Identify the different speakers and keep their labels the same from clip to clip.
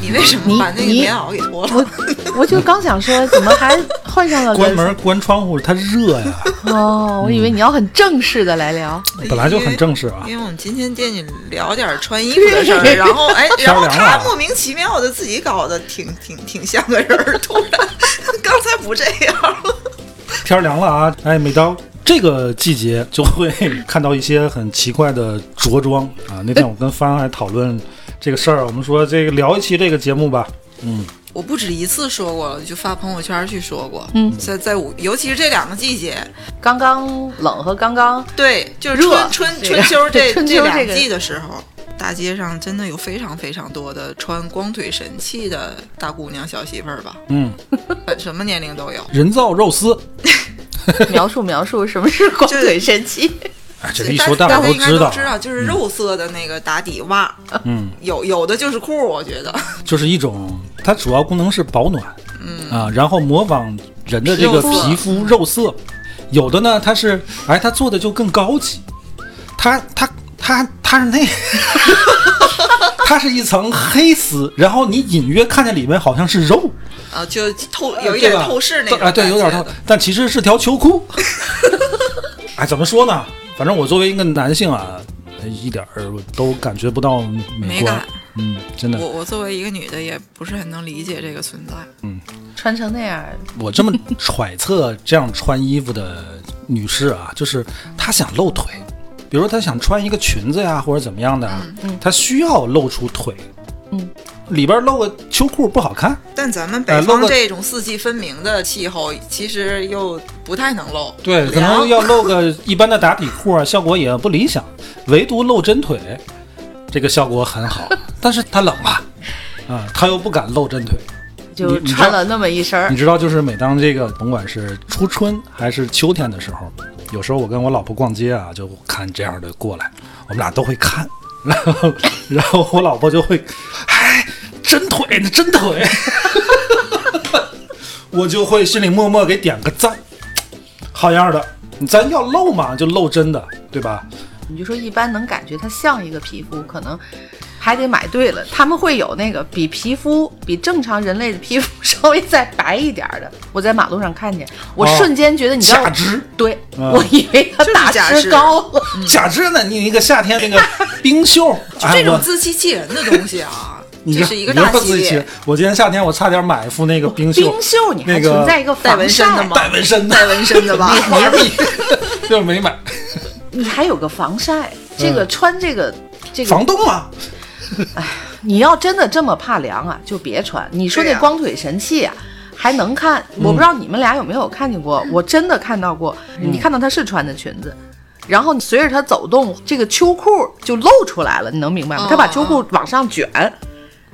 Speaker 1: 你为什
Speaker 2: 你
Speaker 1: 么把那个
Speaker 2: 你
Speaker 1: 棉袄给脱了？
Speaker 2: 我我就刚想说，怎么还换上了个
Speaker 3: 关门关窗户，它热 呀，
Speaker 2: 哦，我以为你要很正式的来聊，
Speaker 3: 本来就很正式啊
Speaker 1: 因。为我们今天惦记聊点穿衣服的 事儿，然后哎，
Speaker 3: 天
Speaker 1: 然
Speaker 3: 儿凉了
Speaker 1: 后他莫名其妙的自己搞得挺挺挺像个人儿，突然刚才不这样了。
Speaker 3: 天儿凉了啊，哎，每到这个季节就会看到一些很奇怪的着装啊。那天我跟帆还讨论这个事儿，我们说这个聊一期这个节目吧。嗯，
Speaker 1: 我不止一次说过了，就发朋友圈去说过。
Speaker 2: 嗯
Speaker 1: 在在五，尤其是这两个季节，
Speaker 2: 刚刚冷和刚刚
Speaker 1: 对，就是
Speaker 2: 热
Speaker 1: 春春
Speaker 2: 这个
Speaker 1: 春秋这
Speaker 2: 春秋
Speaker 1: 这两
Speaker 2: 这个
Speaker 1: 季的时候，大街上真的有非常非常多的穿光腿神器的大姑娘小媳妇儿吧，
Speaker 3: 嗯，
Speaker 1: 呃什么年龄都有。
Speaker 3: 人造肉丝，
Speaker 2: 描述描述什么是光
Speaker 1: 就
Speaker 2: 腿神器，
Speaker 3: 哎，这
Speaker 1: 大
Speaker 3: 一说
Speaker 1: 大家
Speaker 3: 家都
Speaker 1: 应该都
Speaker 3: 道，啊
Speaker 1: 知道，就是肉色的那个打底袜，
Speaker 3: 嗯，
Speaker 1: 有有的就是裤，我觉得
Speaker 3: 就是一种它主要功能是保暖，嗯啊，然后模仿人的这个
Speaker 1: 肉色
Speaker 3: 皮肤肉色，有的呢它是哎它做的就更高级，它它它它是那， 它是一层黑丝，然后你隐约看见里面好像是肉，
Speaker 1: 啊，就透有一点
Speaker 3: 哎对吧
Speaker 1: 透视那种
Speaker 3: 啊，对，有点
Speaker 1: 感
Speaker 3: 透
Speaker 1: 觉的，
Speaker 3: 但其实是条秋裤。 哎，怎么说呢？反正我作为一个男性啊，一点儿都感觉不到美
Speaker 1: 没
Speaker 3: 观
Speaker 1: 感。
Speaker 3: 嗯，真的
Speaker 1: 我，我作为一个女的，也不是很能理解这个存在。
Speaker 2: 穿成那样，
Speaker 3: 我这么揣测，这样穿衣服的女士啊， 就是她想露腿，比如说她想穿一个裙子呀，或者怎么样的，啊她需要露出腿，
Speaker 2: 嗯，
Speaker 3: 里边露个秋裤不好看，
Speaker 1: 但咱们
Speaker 3: 呃
Speaker 1: 北
Speaker 3: 露
Speaker 1: 方
Speaker 3: 个
Speaker 1: 这种四季分明的气候，其实又不太能露。
Speaker 3: 对，可能要露个一般的打底裤啊，效果也不理想，唯独露真腿，这个效果很好，但是她冷啊，啊，她又不敢露真腿，
Speaker 2: 就
Speaker 3: 你知道
Speaker 2: 穿了那么一身儿
Speaker 3: 你，知道，就是每当这个甭管是初春还是秋天的时候，有时候我跟我老婆逛街啊，就看这样的过来，我们俩都会看， 然后然后我老婆就会，哎，真腿呢，真腿， 我就会心里默默给点个赞，好样的，咱要露嘛就露真的，对吧？
Speaker 2: 你就说一般能感觉它像一个皮肤，可能还得买对了。他们会有那个比皮肤比正常人类的皮肤稍微再白一点儿的。 我在马路上看见，我
Speaker 3: 哦
Speaker 2: 瞬间觉得你知道，
Speaker 3: 假肢，
Speaker 2: 对、
Speaker 3: 嗯
Speaker 2: 我以为它
Speaker 1: 就是
Speaker 2: 打
Speaker 1: 假肢
Speaker 2: 石膏了，
Speaker 3: 假肢呢？你那个夏天那个冰 袖，
Speaker 1: 嗯这
Speaker 3: 哎我
Speaker 1: 种自欺欺人的东西啊，
Speaker 3: 你
Speaker 1: 这
Speaker 3: 这
Speaker 1: 是一个大系
Speaker 3: 自己
Speaker 1: 列
Speaker 3: 切。。我今年夏天我差点买一副那个冰袖，
Speaker 2: 冰袖你还
Speaker 3: 那个
Speaker 2: 存在一个
Speaker 1: 带
Speaker 2: 防
Speaker 1: 纹
Speaker 2: 晒
Speaker 1: 身的，吗？
Speaker 3: 带纹身的
Speaker 1: 带纹身的吧？
Speaker 3: 花臂， 就是没买。
Speaker 2: 你还有个防晒。这
Speaker 3: 嗯
Speaker 2: 个穿这个这个
Speaker 3: 房，东嘛，
Speaker 2: 你要真的这么怕凉啊，就别穿。你说
Speaker 1: 对
Speaker 2: 那
Speaker 1: 呀嗯
Speaker 2: 光腿神器啊。还能看，我不知道你们俩有没有看见过，我真的看到过。
Speaker 1: 嗯
Speaker 2: 你看到她是穿的裙子，然后随着她走动，这个秋裤就露出来了，你能明白吗
Speaker 1: 哦？
Speaker 2: 她把秋裤往上卷，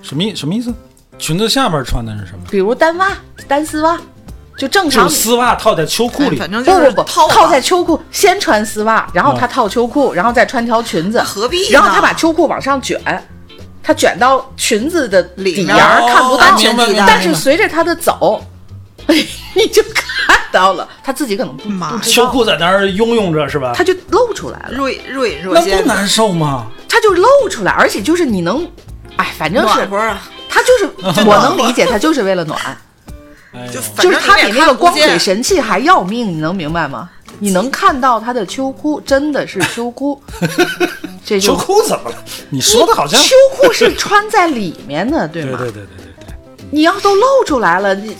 Speaker 3: 什么意什么意思？裙子下面穿的是什么？
Speaker 2: 比如单袜、单丝袜，就正
Speaker 3: 就
Speaker 2: 常
Speaker 3: 是。丝袜套在秋裤
Speaker 1: 哎
Speaker 3: 里。
Speaker 1: 反正就
Speaker 2: 不
Speaker 1: 是
Speaker 2: 不不，
Speaker 1: 套吧嗯
Speaker 2: 套在秋裤，先穿丝袜，然后她
Speaker 3: 哦
Speaker 2: 套秋裤，然后再穿条裙子，
Speaker 1: 何必呢
Speaker 2: 然后她把秋裤往上卷，她卷到裙子的
Speaker 1: 里
Speaker 2: 底
Speaker 1: 面
Speaker 2: 沿儿看不到
Speaker 1: 哦，明白明白
Speaker 2: 但是随着她的走，你就看到了，她自己可能不
Speaker 1: 妈呀
Speaker 2: 不知
Speaker 3: 秋
Speaker 2: 道，
Speaker 3: 裤在那儿拥拥着是吧？
Speaker 2: 她就露出来了。
Speaker 1: 若隐若隐若
Speaker 3: 那不
Speaker 1: 现，
Speaker 3: 难受吗？
Speaker 2: 它就露出来，而且就是你能，哎，反正是
Speaker 1: 暖和啊！
Speaker 2: 它就是我能理解，它就是为了暖，
Speaker 3: 哎呦
Speaker 1: 就反
Speaker 2: 就
Speaker 1: 正
Speaker 2: 是它比那个光腿
Speaker 1: 腿
Speaker 2: 神器还要命，你能明白吗？你能看到它的秋裤，真的是秋 裤，这就
Speaker 3: 秋裤怎么了？你说的好像
Speaker 2: 秋裤是穿在里面的，对
Speaker 3: 对
Speaker 2: 吗？
Speaker 3: 对对对对对。
Speaker 2: 你要都露出来了，你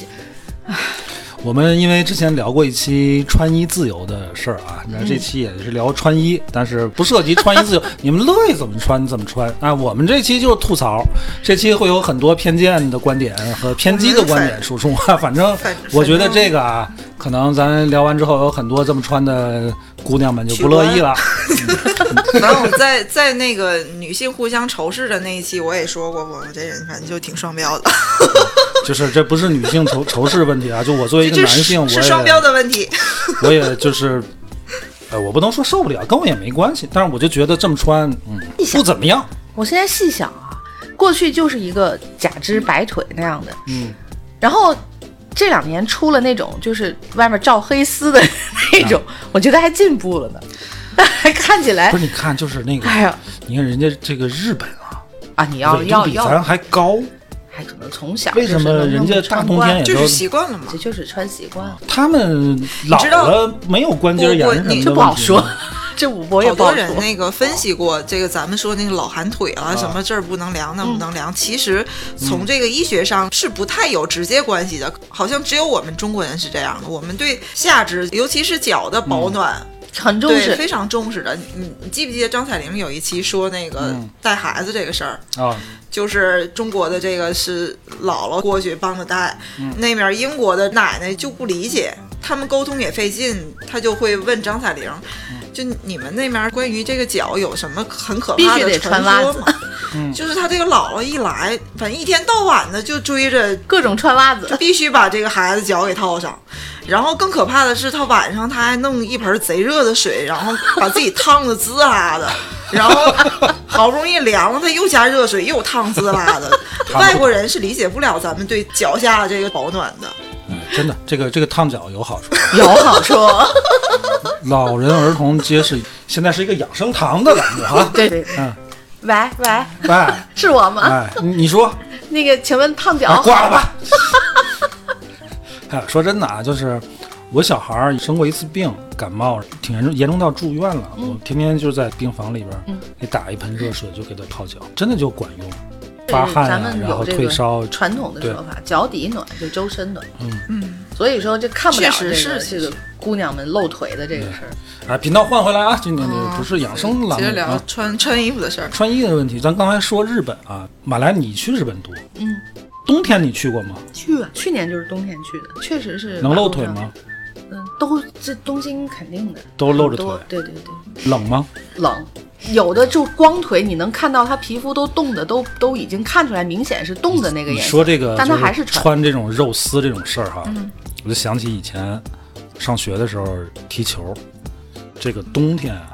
Speaker 3: 我们因为之前聊过一期穿衣自由的事儿啊，
Speaker 1: 嗯
Speaker 3: 那这期也是聊穿衣，但是不涉及穿衣 自由，你们乐意怎么穿怎么穿啊。我们这期就是吐槽，这期会有很多偏见的观点和偏激的观点输出 啊。反正
Speaker 1: 反
Speaker 3: 我觉得这个啊，可能咱聊完之后有很多这么穿的姑娘们就不乐意 了。
Speaker 1: 反正我在在那个女性互相仇视的那一期，我也说过，我我这人反正就挺双标的。
Speaker 3: 就是这不是女性仇仇视问题啊，就我作为一个
Speaker 1: 这
Speaker 3: 男
Speaker 1: 是
Speaker 3: 性，我
Speaker 1: 是双标
Speaker 3: 也
Speaker 1: 的问题。
Speaker 3: 我也就是，呃，我不能说受不了，跟我也没关系，但是我就觉得这么穿，嗯，不怎么样，
Speaker 2: 我现在细想啊，过去就是一个假肢白腿那样的，
Speaker 3: 嗯，
Speaker 2: 然后这两年出了那种就是外面罩黑丝的 那种，我觉得还进步了呢， 还看起来
Speaker 3: 啊不，是，你看就是那个，
Speaker 2: 哎呀
Speaker 3: 你看人家这个日本啊，
Speaker 2: 啊，你要
Speaker 3: 纬度
Speaker 2: 要
Speaker 3: 比
Speaker 2: 要
Speaker 3: 咱，还高，
Speaker 2: 还可能从小
Speaker 3: 为什么人家大冬天也
Speaker 1: 就
Speaker 3: 都
Speaker 1: 是？习惯了嘛
Speaker 2: 这。就是穿习惯了，
Speaker 3: 他们老
Speaker 1: 知道
Speaker 3: 了没有关节炎
Speaker 1: 我我
Speaker 3: 什么的
Speaker 1: 你
Speaker 2: 这不好说，这五博也
Speaker 1: 好
Speaker 2: 不
Speaker 1: 多
Speaker 2: 好
Speaker 1: 人
Speaker 2: 说。
Speaker 1: 那个分析过这个，咱们说那个老寒腿啊，什么这儿不能量，那不
Speaker 2: 嗯
Speaker 1: 能量，其实从这个医学上是不太有直接关系的，好像只有我们中国人是这样的，我们对下肢，尤其是脚的保暖，
Speaker 2: 很重
Speaker 1: 对
Speaker 2: 视，
Speaker 1: 非常重视的。你你记不记得张彩玲有一期说那个
Speaker 3: 嗯
Speaker 1: 带孩子这个事儿？
Speaker 3: 啊，
Speaker 1: 就是中国的这个是姥姥过去帮着带，
Speaker 2: 嗯
Speaker 1: 那面英国的奶奶就不理解，他们沟通也费劲，她就会问张彩玲，
Speaker 2: 嗯
Speaker 1: 就你们那面关于这个脚有什么很可怕
Speaker 2: 必须
Speaker 1: 的
Speaker 2: 得
Speaker 1: 传
Speaker 2: 穿袜
Speaker 1: 说
Speaker 2: 子
Speaker 1: 吗？
Speaker 3: 嗯
Speaker 1: 就是她这个姥姥一来，反正一天到晚的就追着
Speaker 2: 各种穿袜
Speaker 1: 就
Speaker 2: 子，
Speaker 1: 必须把这个孩子脚给套上。然后更可怕的是，他晚上他还弄一盆贼热的水，然后把自己烫的滋啦的，然后好不容易凉了，他又加热水，又烫滋啦的。外国人是理解不了咱们对脚下的这个保暖的。
Speaker 3: 嗯真的，这个这个烫脚有 好处，
Speaker 2: 有好处。。
Speaker 3: 老人儿童皆是，现在是一个养生堂的感觉啊
Speaker 2: 对对，
Speaker 3: 嗯，
Speaker 2: 喂喂，
Speaker 3: 哎
Speaker 2: 是我吗？
Speaker 3: 哎，你你说，
Speaker 2: 那个，请问烫
Speaker 3: 哎
Speaker 2: 脚
Speaker 3: 挂了吧。 哎，说真的啊，就是我小孩儿生过一次病，感冒挺严重，严重到住院了。
Speaker 2: 嗯
Speaker 3: 我天天就在病房里边儿给打一盆热水，就给他泡脚，真的就管用，发
Speaker 2: 是
Speaker 3: 汗
Speaker 2: 咱
Speaker 3: 啊，
Speaker 2: 们
Speaker 3: 然后
Speaker 2: 有这个
Speaker 3: 退烧。
Speaker 2: 传统的
Speaker 3: 对
Speaker 2: 说法，脚底暖就周身暖。
Speaker 3: 嗯
Speaker 1: 嗯，
Speaker 2: 所以说这看不了这
Speaker 1: 确
Speaker 2: 个
Speaker 1: 实是
Speaker 2: 这个姑娘们露腿的这个事儿。
Speaker 3: 哎，频道换回来啊，今天
Speaker 2: 哦
Speaker 3: 这不是养生栏
Speaker 1: 接着
Speaker 3: 目
Speaker 1: 聊
Speaker 3: 啊。
Speaker 1: 穿穿衣服的事儿。
Speaker 3: 穿衣的问题，咱刚才说日本啊，马来你去日本多，
Speaker 2: 嗯，
Speaker 3: 冬天你去过吗？
Speaker 2: 去啊，去年就是冬天去的，确实是
Speaker 3: 能
Speaker 2: 马路
Speaker 3: 露腿
Speaker 2: 上？
Speaker 3: 吗？
Speaker 2: 嗯，都这东京肯定的
Speaker 3: 都露着
Speaker 2: 很多
Speaker 3: 腿
Speaker 2: 对对对，
Speaker 3: 冷吗？
Speaker 2: 冷。有的就光腿，你能看到她皮肤都冻的，都都已经看出来明显是冻的那个
Speaker 3: 你
Speaker 2: 颜色。
Speaker 3: 说这个，
Speaker 2: 但他还是嗯穿
Speaker 3: 穿这种肉丝这种事儿哈，我就想起以前上学的时候踢球，这个冬天啊，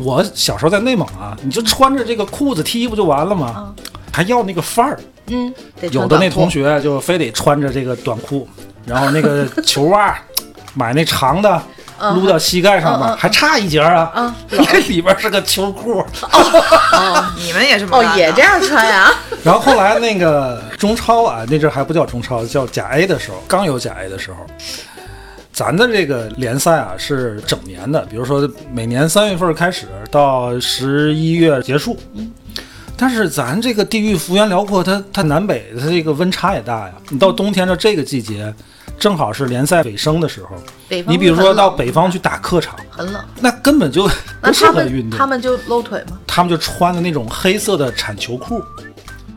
Speaker 3: 我小时候在内蒙啊，你就穿着这个裤子踢不就完了吗？还要那个范儿，
Speaker 2: 嗯，得穿
Speaker 3: 有的
Speaker 2: 短
Speaker 3: 那
Speaker 2: 裤
Speaker 3: 同学就非得穿着这个短裤，然后那个球袜，买那长的。
Speaker 2: 嗯
Speaker 3: 撸到膝盖上边，还差一截儿啊！
Speaker 2: 嗯
Speaker 3: 那里边是个秋裤。
Speaker 1: 哦， 你们也是
Speaker 2: 哦，也这。样穿 呀、
Speaker 3: 然后后来那个中超啊，那阵儿还不叫中超，叫甲 A 的时候，刚有甲 A 的时候，咱的这个联赛啊是整年的，比如说每年三月份开始到十一月结束。
Speaker 2: 嗯
Speaker 3: 但是咱这个地域幅员辽阔，它它南北它这个温差也大呀。你到冬天的这个季节，正好是联赛尾声的时候，
Speaker 2: 北方
Speaker 3: 你比如
Speaker 2: 很
Speaker 3: 说
Speaker 2: 冷
Speaker 3: 到北方去打客场，
Speaker 2: 很冷，
Speaker 3: 那根本就
Speaker 2: 那
Speaker 3: 不适
Speaker 2: 他
Speaker 3: 合
Speaker 2: 们
Speaker 3: 运动。
Speaker 2: 他们就露腿吗？
Speaker 3: 他们就穿的那种黑色的铲球裤，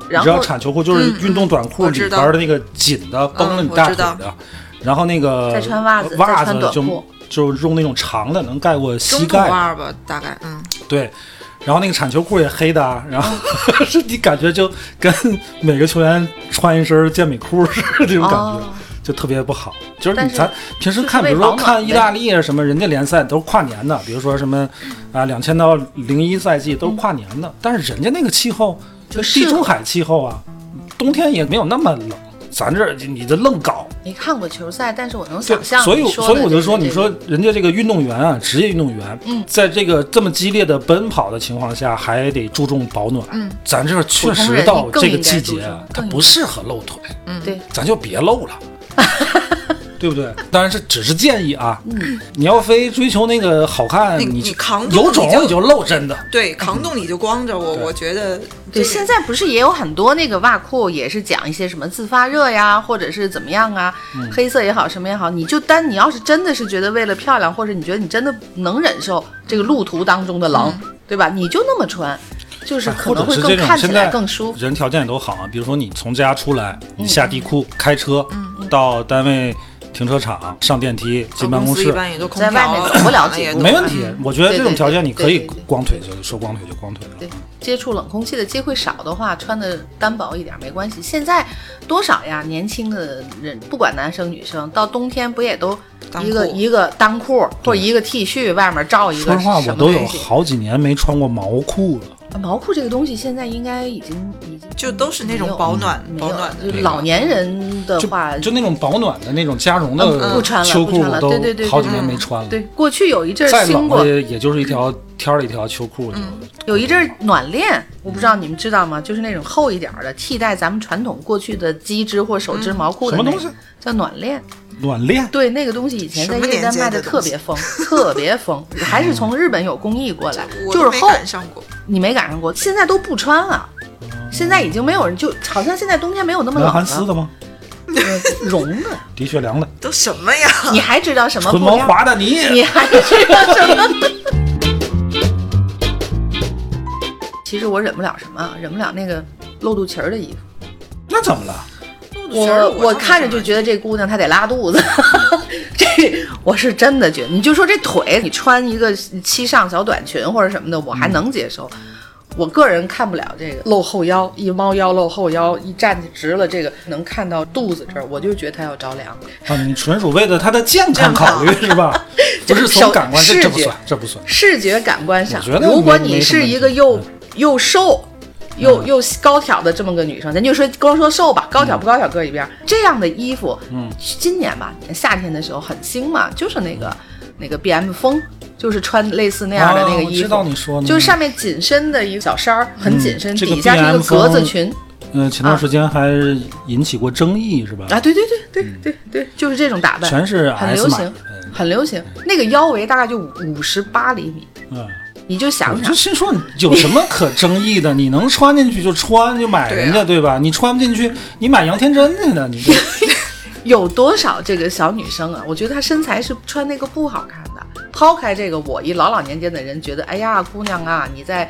Speaker 2: 然
Speaker 3: 你知道
Speaker 2: 后
Speaker 3: 铲球裤就是
Speaker 1: 嗯
Speaker 3: 运动短裤
Speaker 1: 我
Speaker 3: 里
Speaker 1: 知道
Speaker 3: 边的那个紧的绷着
Speaker 2: 嗯
Speaker 3: 你大腿
Speaker 1: 我知
Speaker 3: 的，然后那个
Speaker 2: 再穿袜子
Speaker 3: 袜
Speaker 2: 再穿
Speaker 3: 子
Speaker 2: 短
Speaker 3: 就
Speaker 2: 裤啊
Speaker 3: 就用那种长的能盖过膝
Speaker 1: 中途腕
Speaker 3: 盖，
Speaker 1: 儿吧，大概嗯，
Speaker 3: 对。然后那个铲球裤也黑的啊，然后
Speaker 2: 嗯
Speaker 3: 是你感觉就跟每个球员穿一身健美裤似的这种感觉，
Speaker 2: 哦
Speaker 3: 就特别不好。就是
Speaker 2: 但
Speaker 3: 你
Speaker 2: 是
Speaker 3: 咱平时
Speaker 2: 就是
Speaker 3: 看，比
Speaker 2: 为
Speaker 3: 如说
Speaker 2: 保暖
Speaker 3: 看
Speaker 2: 呗
Speaker 3: 意大利啊什么，人家联赛都是跨年的，比如说什么
Speaker 2: 嗯
Speaker 3: 啊两千到零一赛季都是跨年的，但是人家那个气候
Speaker 2: 就
Speaker 3: 地
Speaker 2: 适
Speaker 3: 中
Speaker 2: 合
Speaker 3: 海气候啊，冬天也没有那么冷。咱这儿你这愣搞，
Speaker 2: 没看过球赛，但是我能
Speaker 3: 对
Speaker 2: 想，象
Speaker 3: 所以
Speaker 2: 你说的
Speaker 3: 所以我就说，
Speaker 2: 这
Speaker 3: 你
Speaker 2: 个
Speaker 3: 说人家这个运动员啊，职业运动员，
Speaker 2: 嗯
Speaker 3: 在这个这么激烈的奔跑的情况下，还得注重保暖。
Speaker 1: 嗯，
Speaker 3: 咱这儿确
Speaker 2: 普通
Speaker 3: 实
Speaker 2: 人
Speaker 3: 到
Speaker 2: 更
Speaker 3: 这个
Speaker 2: 应该
Speaker 3: 季
Speaker 2: 注
Speaker 3: 节
Speaker 2: 重
Speaker 3: 啊，它
Speaker 2: 更应
Speaker 3: 不
Speaker 2: 该
Speaker 3: 适合露腿，
Speaker 2: 对
Speaker 3: 咱就别露了。对不对？当然是只是建议啊。嗯，你要非追求那个好看，
Speaker 1: 你
Speaker 3: 你
Speaker 1: 你扛住
Speaker 3: 有
Speaker 1: 你
Speaker 3: 种
Speaker 1: 就
Speaker 3: 你就露真的。
Speaker 1: 对，扛冻你就光着我，
Speaker 3: 对
Speaker 1: 我觉得这
Speaker 2: 对，现在不是也有很多那个袜裤也是讲一些什么自发热呀，或者是怎么样啊，
Speaker 3: 嗯
Speaker 2: 黑色也好，什么也好，你就单你要是真的是觉得为了漂亮，或者你觉得你真的能忍受这个路途当中的冷，对吧？你就那么穿，就是
Speaker 3: 哎
Speaker 2: 可
Speaker 3: 嗯或
Speaker 2: 能
Speaker 3: 者
Speaker 2: 会
Speaker 3: 是
Speaker 2: 更
Speaker 3: 这种
Speaker 2: 看起
Speaker 3: 现
Speaker 2: 来
Speaker 3: 在
Speaker 2: 更舒服。嗯
Speaker 3: 人条件也都好啊，比如说你从家出来，你下地库开车，到单位停车场、上电梯、进办
Speaker 1: 公
Speaker 3: 公
Speaker 1: 司一
Speaker 3: 室，
Speaker 1: 般也都空
Speaker 2: 在外
Speaker 1: 调啊
Speaker 2: 面走不了几
Speaker 1: 也
Speaker 2: 步
Speaker 1: 都
Speaker 3: 没问题。我觉得这种条件你可
Speaker 2: 对
Speaker 3: 以
Speaker 2: 对对对
Speaker 3: 光腿就说光腿就光腿了。
Speaker 2: 对，接触冷空气的机会少的话，穿的单薄一点没关系。现在多少呀？年轻的人，不管男生女生，到冬天不也都
Speaker 1: 单
Speaker 2: 一个
Speaker 1: 裤
Speaker 2: 一个单裤或者一个 T 恤，外面罩一
Speaker 3: 说
Speaker 2: 个
Speaker 3: 实话，我
Speaker 2: 什么
Speaker 3: 都有
Speaker 2: 东西？
Speaker 3: 好几年没穿过毛裤了。
Speaker 2: 啊毛裤这个东西现在应该已经已经
Speaker 1: 就都是那种
Speaker 2: 没有嗯
Speaker 1: 保暖
Speaker 2: 没有
Speaker 1: 保暖的
Speaker 2: 就老年人的
Speaker 3: 就
Speaker 2: 话，
Speaker 3: 就那种保暖的那种加绒
Speaker 2: 嗯
Speaker 3: 的
Speaker 2: 不穿了
Speaker 3: 秋
Speaker 2: 不
Speaker 3: 裤，
Speaker 2: 穿了
Speaker 3: 我都
Speaker 2: 对对对
Speaker 3: 好几年
Speaker 1: 嗯
Speaker 3: 没穿了。
Speaker 2: 对过去有一阵
Speaker 3: 再
Speaker 2: 儿
Speaker 3: 冷
Speaker 2: 兴过，嗯
Speaker 3: 也也就是一条挑了一条秋裤就。
Speaker 2: 有一阵儿暖链，我不知道你们知道吗？就是那种厚一点儿的，替代咱们传统过去的鸡织或手织毛裤的、
Speaker 3: 什
Speaker 2: 那
Speaker 3: 么
Speaker 2: 种
Speaker 3: 东西
Speaker 2: 叫暖链。
Speaker 3: 暖链，
Speaker 2: 对，那个东西以前在
Speaker 1: 什么
Speaker 2: 夜
Speaker 1: 年
Speaker 2: 店
Speaker 1: 纪
Speaker 2: 卖的
Speaker 1: 的
Speaker 2: 特别疯，特别疯，还是从日本有工艺过来，
Speaker 1: 我
Speaker 2: 就
Speaker 1: 都
Speaker 2: 是
Speaker 1: 没
Speaker 2: 厚，
Speaker 1: 赶上过，
Speaker 2: 你没赶上过，现在都不穿了。现在已经没有人，就好像现在冬天没有那么
Speaker 3: 南
Speaker 2: 冷
Speaker 3: 韩丝
Speaker 2: 了，
Speaker 3: 的吗？
Speaker 2: 呃 绒的。
Speaker 3: 的确凉了，
Speaker 1: 都什么呀？
Speaker 2: 你还知道什么
Speaker 3: 纯
Speaker 2: 布
Speaker 3: 毛
Speaker 2: 料？
Speaker 3: 滑的泥。
Speaker 2: 你还知道什么？ 其实我忍不了什么啊，忍不了那个露肚脐儿的衣服。
Speaker 3: 那怎么了？
Speaker 2: 我我看着就
Speaker 1: 得
Speaker 2: 觉得这姑娘她得拉肚子， 这我是真的觉得，你就说这腿，你穿一个七上小短裙或者什么的，我还能接受。我个人看不了这个嗯露后腰，一猫腰露后腰，一站起直了，这个能看到肚子这儿，我就觉得她要着凉。
Speaker 3: 啊，你纯属为了他的健康考虑是 吧？不是从感官，这这不算，这不算。
Speaker 2: 视觉感官上
Speaker 3: 我觉，得
Speaker 2: 如果
Speaker 3: 没
Speaker 2: 你
Speaker 3: 没什么
Speaker 2: 是
Speaker 3: 问
Speaker 2: 一
Speaker 3: 题嗯
Speaker 2: 个又又瘦。又又高挑的这么个女生，咱就说光说瘦吧，高挑不高挑搁一边儿。这样的衣服，嗯，今年吧，夏天的时候很兴嘛，就是那个那个 B M 风，就是穿类似那样的那
Speaker 3: 嗯
Speaker 2: 个
Speaker 3: 啊我
Speaker 2: 衣服，
Speaker 3: 知道你说那
Speaker 2: 就
Speaker 3: 个
Speaker 2: 是上面紧身的一个小衫儿，很紧身，
Speaker 3: 嗯这个
Speaker 2: 底下是一
Speaker 3: BM
Speaker 2: 个格子
Speaker 3: 风
Speaker 2: 裙
Speaker 3: 嗯，前段时间还引起过争议是吧？
Speaker 2: 啊，对对对对对对，就是这种打扮，
Speaker 3: 嗯全是
Speaker 2: 很
Speaker 3: S 嗯
Speaker 2: 流
Speaker 3: 码
Speaker 2: 行
Speaker 3: 的，，
Speaker 2: 很流行。那个腰围大概就五十八厘米，
Speaker 3: 嗯，
Speaker 2: 你就想
Speaker 3: 我
Speaker 2: 想
Speaker 3: 就，心 说有什么可争议的？你能穿进去就穿，就买人
Speaker 2: 啊
Speaker 3: 家对吧？你穿不进去，你买杨天真去呢？你这
Speaker 2: 有多少这个小女生啊？我觉得她身材是穿那个不好看的。抛开这个，我一老老年间的人觉得，哎呀，姑娘啊，你在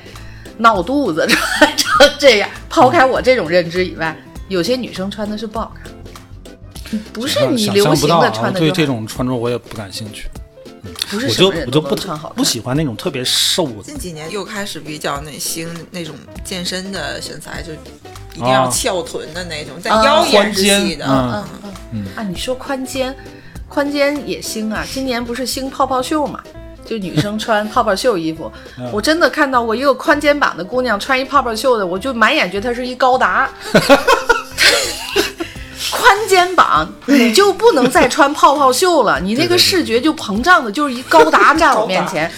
Speaker 2: 闹肚子穿成这样。抛开我这种认知以外，有些女生穿的是不好看的， 不是你
Speaker 3: 想
Speaker 2: 流
Speaker 3: 象不
Speaker 2: 行
Speaker 3: 到
Speaker 2: 的
Speaker 3: 啊！
Speaker 2: 穿的
Speaker 3: 对
Speaker 2: 就
Speaker 3: 这
Speaker 2: 好，
Speaker 3: 种穿着我也不感兴趣，
Speaker 2: 不是
Speaker 3: 我
Speaker 2: 什
Speaker 3: 就
Speaker 2: 么人
Speaker 3: 我
Speaker 2: 都
Speaker 3: 就不
Speaker 2: 能穿好
Speaker 3: 不
Speaker 2: 看。
Speaker 3: 喜欢那种特别瘦的。
Speaker 1: 近几年又开始比较那兴那种健身的身材，就一定要
Speaker 3: 啊
Speaker 1: 翘臀的那种，但
Speaker 2: 啊
Speaker 1: 腰也是
Speaker 3: 宽
Speaker 1: 细
Speaker 3: 肩
Speaker 1: 的，
Speaker 3: 嗯
Speaker 2: 啊，你说宽肩，宽肩也兴啊，今年不是兴泡泡袖嘛？就女生穿 泡泡袖衣服，我真的看到过一个宽肩膀的姑娘穿一泡泡袖的，我就满眼觉得她是一高达。 宽肩膀，你就不能再穿泡泡袖 了，你那个视觉就膨胀的，就是一高达站我面 前，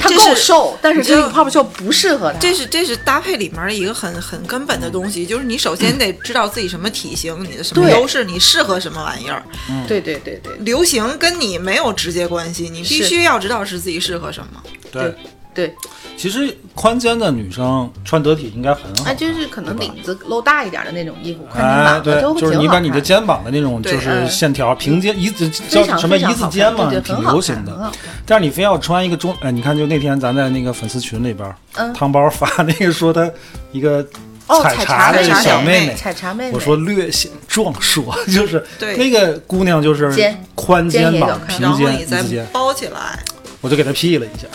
Speaker 2: 她
Speaker 1: 这
Speaker 2: 够
Speaker 1: 是
Speaker 2: 瘦，但是
Speaker 1: 这
Speaker 2: 这个泡泡袖不适合她。
Speaker 1: 这是这是搭配里面的一个很很根本的东西，就是你首先得知道自己什么体型，你的什么
Speaker 2: 对
Speaker 1: 优势，你适合什么玩意儿。
Speaker 2: 对对对对
Speaker 1: 流行跟你没有直接关系，你必
Speaker 2: 是
Speaker 1: 须要知道是自己适合什么。
Speaker 3: 对，
Speaker 2: 对，
Speaker 3: 其实宽肩的女生穿得体应该很好
Speaker 2: 啊，
Speaker 3: 看，
Speaker 2: 就是可能
Speaker 3: 对吧
Speaker 2: 领子露大一点的那种衣服，宽肩
Speaker 3: 哎，
Speaker 2: 膀的
Speaker 3: 对
Speaker 2: 啊都，会
Speaker 3: 就
Speaker 2: 挺
Speaker 3: 是
Speaker 2: 好
Speaker 3: 你把
Speaker 2: 看。
Speaker 3: 你的肩膀的那种
Speaker 1: 对
Speaker 3: 就是线条平肩一字
Speaker 2: 非
Speaker 3: 叫
Speaker 2: 常
Speaker 3: 什么
Speaker 2: 非常
Speaker 3: 一
Speaker 2: 好
Speaker 3: 字
Speaker 2: 看
Speaker 3: 肩嘛，
Speaker 2: 对对，
Speaker 3: 挺
Speaker 2: 很好
Speaker 3: 流
Speaker 2: 看，嗯
Speaker 3: 行
Speaker 2: 很好
Speaker 3: 的。
Speaker 2: 看。
Speaker 3: 但是你非要穿一个中，哎，你看就那天咱在那个粉丝群里边儿，
Speaker 2: 嗯
Speaker 3: 汤包发那个说他一个
Speaker 2: 哦
Speaker 3: 采
Speaker 2: 采
Speaker 3: 茶
Speaker 2: 茶
Speaker 3: 的
Speaker 2: 妹
Speaker 3: 小
Speaker 1: 妹
Speaker 3: 妹
Speaker 2: 采茶妹妹，
Speaker 3: 我说略显壮硕， 就是
Speaker 1: 对
Speaker 3: 那个姑娘就是
Speaker 2: 肩
Speaker 3: 宽肩膀、
Speaker 2: 肩也有
Speaker 1: 然
Speaker 3: 平
Speaker 1: 后
Speaker 3: 肩、
Speaker 1: 你
Speaker 3: 一
Speaker 1: 再
Speaker 3: 字肩，
Speaker 1: 包起来，
Speaker 3: 我就给她 P 了 一下，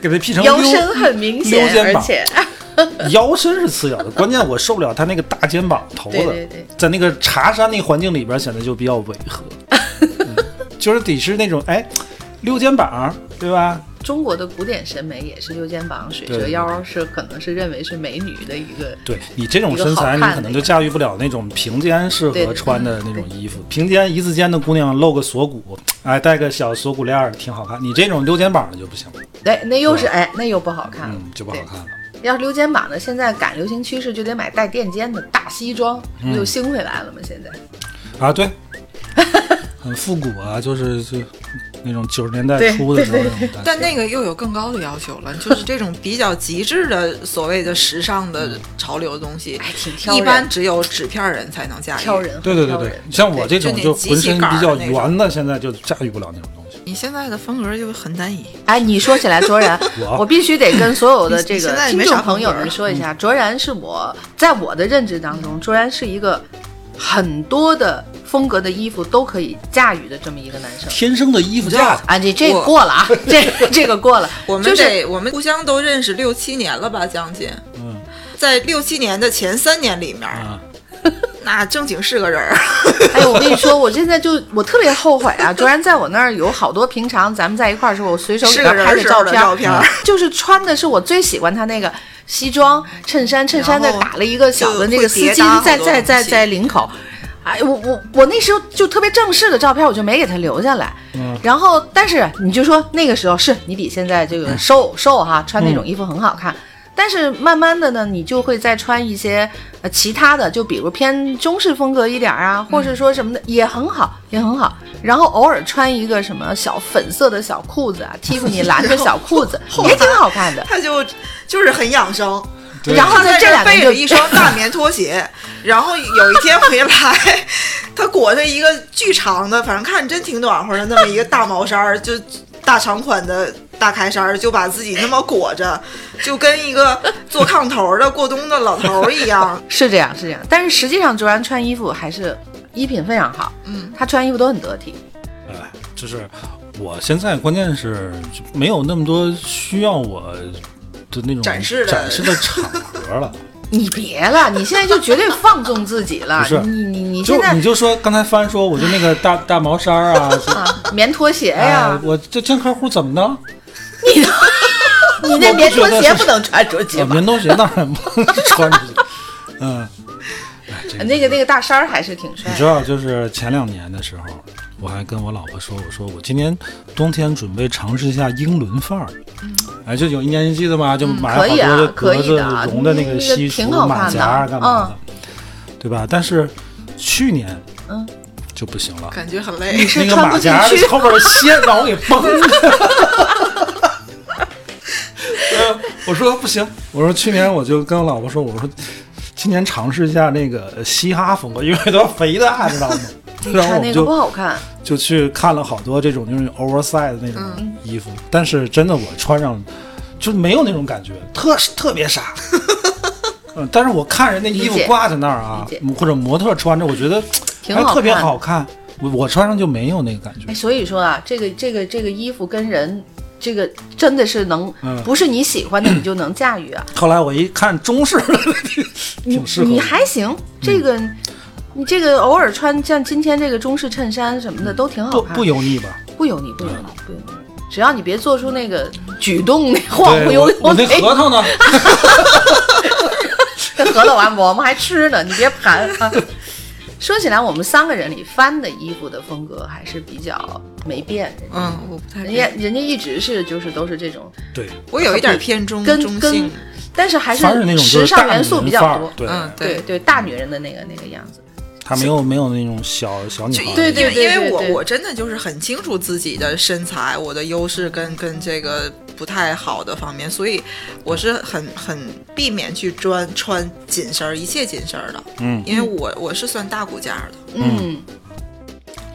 Speaker 3: 给她 P 成
Speaker 2: 腰
Speaker 3: 溜
Speaker 2: 身很明显
Speaker 3: 溜，肩
Speaker 2: 而
Speaker 3: 膀
Speaker 2: 且
Speaker 3: 腰身是次要的，关键我受不了她那个大肩膀头子，
Speaker 2: 对对对
Speaker 3: 在那个茶山那环境里边显得就比较违 和，嗯就是得是那种哎溜肩膀，对吧？
Speaker 2: 中国的古典审美也是溜肩膀、水
Speaker 3: 对
Speaker 2: 蛇
Speaker 3: 对
Speaker 2: 腰，是可能是认为是美女的一个。
Speaker 3: 对你这种身材，你可能就驾驭不了那种平肩适合穿的那种衣服。平肩一字肩的姑娘露个锁骨，哎，带个小锁骨链儿挺好看。你这种溜肩膀的就不行，
Speaker 2: 哎，那又是哎，那又不好看了
Speaker 3: 嗯，，就不好
Speaker 2: 对
Speaker 3: 看了。
Speaker 2: 要是溜肩膀的，现在赶流行趋势就得买带垫肩的大西装，
Speaker 3: 嗯
Speaker 2: 不就兴回来了吗？现在
Speaker 3: 啊，对，很复古啊，就是就那种九十年代
Speaker 2: 对
Speaker 3: 初的时候那种感觉。
Speaker 1: 但那个又有更高的要求了，就是这种比较极致的所谓的时尚的潮流的东西，
Speaker 2: 还哎挺挑人
Speaker 1: 一般只有纸片人才能驾驭。
Speaker 2: 挑人，
Speaker 3: 对对对
Speaker 2: 挑
Speaker 3: 对
Speaker 2: 人，
Speaker 3: 像我这种
Speaker 1: 对就
Speaker 3: 就
Speaker 1: 那
Speaker 3: 浑
Speaker 1: 机器
Speaker 3: 身
Speaker 1: 杆儿
Speaker 3: 比较
Speaker 1: 那种
Speaker 3: 圆的，现在就驾驭不了那种东西。，
Speaker 1: 你现在的风格就很单一，
Speaker 2: 哎，你说起来，卓然
Speaker 3: 我
Speaker 2: 我必须得跟所有的这
Speaker 1: 你
Speaker 2: 个
Speaker 1: 现在也
Speaker 2: 听
Speaker 1: 没
Speaker 2: 众
Speaker 1: 啥
Speaker 2: 朋友
Speaker 1: 风格
Speaker 2: 们说一下，卓然是我在我的认知当中，卓然是一个很多的风格的衣服都可以驾驭的这么一个男生。
Speaker 3: 天生的衣服架子，
Speaker 2: 啊，这这
Speaker 1: 我
Speaker 2: 过了啊，这这个过了，
Speaker 1: 我们
Speaker 2: 就
Speaker 1: 得、
Speaker 2: 是
Speaker 1: 我们互相都认识六七年了吧，将近。
Speaker 3: 嗯
Speaker 1: 在六七年的前三年里面，
Speaker 3: 啊，
Speaker 1: 那正经是个人儿。
Speaker 2: 哎，我跟你说，我现在就我特别后悔啊！卓然在我那儿有好多平常咱们在一块儿的时候，我随手给
Speaker 1: 是
Speaker 2: 他
Speaker 1: 个人
Speaker 2: 拍
Speaker 1: 儿时
Speaker 2: 照
Speaker 1: 候
Speaker 2: 片
Speaker 1: 的
Speaker 2: 儿，
Speaker 1: 照片儿
Speaker 2: 就是穿的是我最喜欢他那个西装、衬衫，衬衫再
Speaker 1: 然后
Speaker 2: 打了一个小的那个丝
Speaker 1: 就会
Speaker 2: 巾
Speaker 1: 叠搭，好
Speaker 2: 在
Speaker 1: 多
Speaker 2: 在在
Speaker 1: 东西
Speaker 2: 在领口。哎，我我我那时候就特别正式的照片，我就没给他留下来。
Speaker 3: 嗯
Speaker 2: 然后，但是你就说那个时候是你比现在这个瘦
Speaker 1: 嗯
Speaker 2: 瘦哈，穿那种衣服很好看。但是慢慢的呢，你就会再穿一些呃其他的，就比如偏中式风格一点
Speaker 1: 嗯
Speaker 2: 儿啊，或是说什么的、也很好，也很好。然后偶尔穿一个什么小粉色的小裤子啊，Tiffany 蓝的小裤 子也挺好看的。
Speaker 1: 他就就是很养生，
Speaker 3: 对
Speaker 2: 然后
Speaker 1: 他
Speaker 2: 呢
Speaker 1: 在
Speaker 2: 这两
Speaker 1: 儿
Speaker 2: 个人
Speaker 1: 备
Speaker 2: 就。
Speaker 1: 着一双大棉拖鞋，然后有一天回来， 他裹着一个巨长的，反正看着真挺暖和的那么一个大毛衫儿，就大长款的大开衫儿，就把自己那么裹着，就跟一个做炕头儿的过冬的老头儿一样
Speaker 2: 是这样，是这样。但是实际上，卓然穿衣服还是衣品非常好，嗯，他穿衣服都很得体。
Speaker 3: 哎，就是我现在关键是就没有那么多需要我的那种
Speaker 1: 展示的
Speaker 3: 展示的场合了。
Speaker 2: 你别了，你现在就绝对放纵自己了
Speaker 3: 不是。
Speaker 2: 你你 你
Speaker 3: 就
Speaker 2: 现在
Speaker 3: 你就说刚才帆说，我就那个大大毛衫儿 啊，就
Speaker 2: 啊，棉拖鞋
Speaker 3: 哎
Speaker 2: 呀，
Speaker 3: 我这见客户怎么的？
Speaker 2: 你那棉哎拖鞋不能穿出去
Speaker 3: 我
Speaker 2: 吧？
Speaker 3: 啊棉拖鞋当然不能 穿出去。嗯，哎，这
Speaker 2: 那个那个大衫儿还是挺帅
Speaker 3: 你知道，就是前两年的时候，我还跟我老婆说，我说我今年冬天准备尝试一下英伦范儿。哎，就有一年你记得吗？就买了好
Speaker 2: 嗯可以
Speaker 3: 多
Speaker 2: 啊
Speaker 3: 的格
Speaker 2: 可以
Speaker 3: 子
Speaker 2: 的啊
Speaker 3: 绒的那
Speaker 2: 那
Speaker 3: 个
Speaker 2: 个
Speaker 3: 西
Speaker 2: 挺
Speaker 3: 服、
Speaker 2: 好
Speaker 3: 马
Speaker 2: 看的
Speaker 3: 甲啊干嘛的，对吧？但是去年
Speaker 2: 嗯
Speaker 3: 就不行了，
Speaker 1: 感觉很累，
Speaker 2: 是
Speaker 3: 那个
Speaker 2: 穿
Speaker 3: 马
Speaker 2: 不进
Speaker 3: 甲
Speaker 2: 去
Speaker 3: 后边的线把我给崩 了。呃我说不行，我说去年我就跟我老婆说，我说今年尝试一下那个嘻哈风格，因为都是肥大，知道吗？然啊后我
Speaker 2: 穿
Speaker 3: 们
Speaker 2: 那个不
Speaker 3: 就
Speaker 2: 好看。
Speaker 3: 就去看了好多这种就是 oversize 的那种
Speaker 2: 嗯
Speaker 3: 衣服，但是真的我穿上就没有那种感觉，特特别 傻。嗯，但是我看人那衣服
Speaker 2: 理解
Speaker 3: 挂在那儿啊
Speaker 2: 理解，
Speaker 3: 或者模特穿着，我觉得
Speaker 2: 挺
Speaker 3: 哎
Speaker 2: 好
Speaker 3: 特别
Speaker 2: 看的
Speaker 3: 好看。我我穿上就没有那个感觉
Speaker 2: 哎，。所以说啊，这个这个这个衣服跟人，这个真的是能
Speaker 3: 嗯，
Speaker 2: 不是你喜欢的你就能驾驭啊。
Speaker 3: 后来我一看中式的，
Speaker 2: 你
Speaker 3: 挺适合我嗯
Speaker 2: 你还行，这个你这个偶尔穿像今天这个中式衬衫什么的都挺好
Speaker 3: 嗯不
Speaker 2: 看，
Speaker 3: 不油腻吧？
Speaker 2: 不油腻，不油腻，不油腻。只要你别做出那个举动，那晃晃
Speaker 3: 对，
Speaker 2: 悠
Speaker 3: 我
Speaker 2: 悠
Speaker 3: 我那核桃 呢？
Speaker 2: 这合了完馍，我们还吃呢，你别盘啊。说起来，我们三个人里，翻的衣服的风格还是比较没变。
Speaker 1: 嗯，我不太
Speaker 2: 人家人家一直是就是都是这种，
Speaker 3: 对，
Speaker 1: 我有一点偏中
Speaker 2: 跟
Speaker 1: 中
Speaker 2: 跟
Speaker 1: 性，，
Speaker 2: 但是还
Speaker 3: 凡是那种就
Speaker 2: 时
Speaker 3: 是大
Speaker 2: 尚
Speaker 3: 女
Speaker 2: 元素
Speaker 3: 人
Speaker 2: 比较
Speaker 3: 范儿
Speaker 2: 多。
Speaker 3: 对，
Speaker 1: 嗯，
Speaker 2: 对对，大女人的那个那个样子。
Speaker 3: 他没有没有那种小小女
Speaker 1: 就
Speaker 3: 孩，
Speaker 2: 对对
Speaker 1: 因为因为
Speaker 2: 对对
Speaker 1: 我我真的就是很清楚自己的身材，我的优势跟跟这个不太好的方面，所以我是很很避免去专穿紧身儿，一切紧身儿的，
Speaker 3: 嗯
Speaker 1: 因为我我是算大骨架儿的，
Speaker 2: 嗯，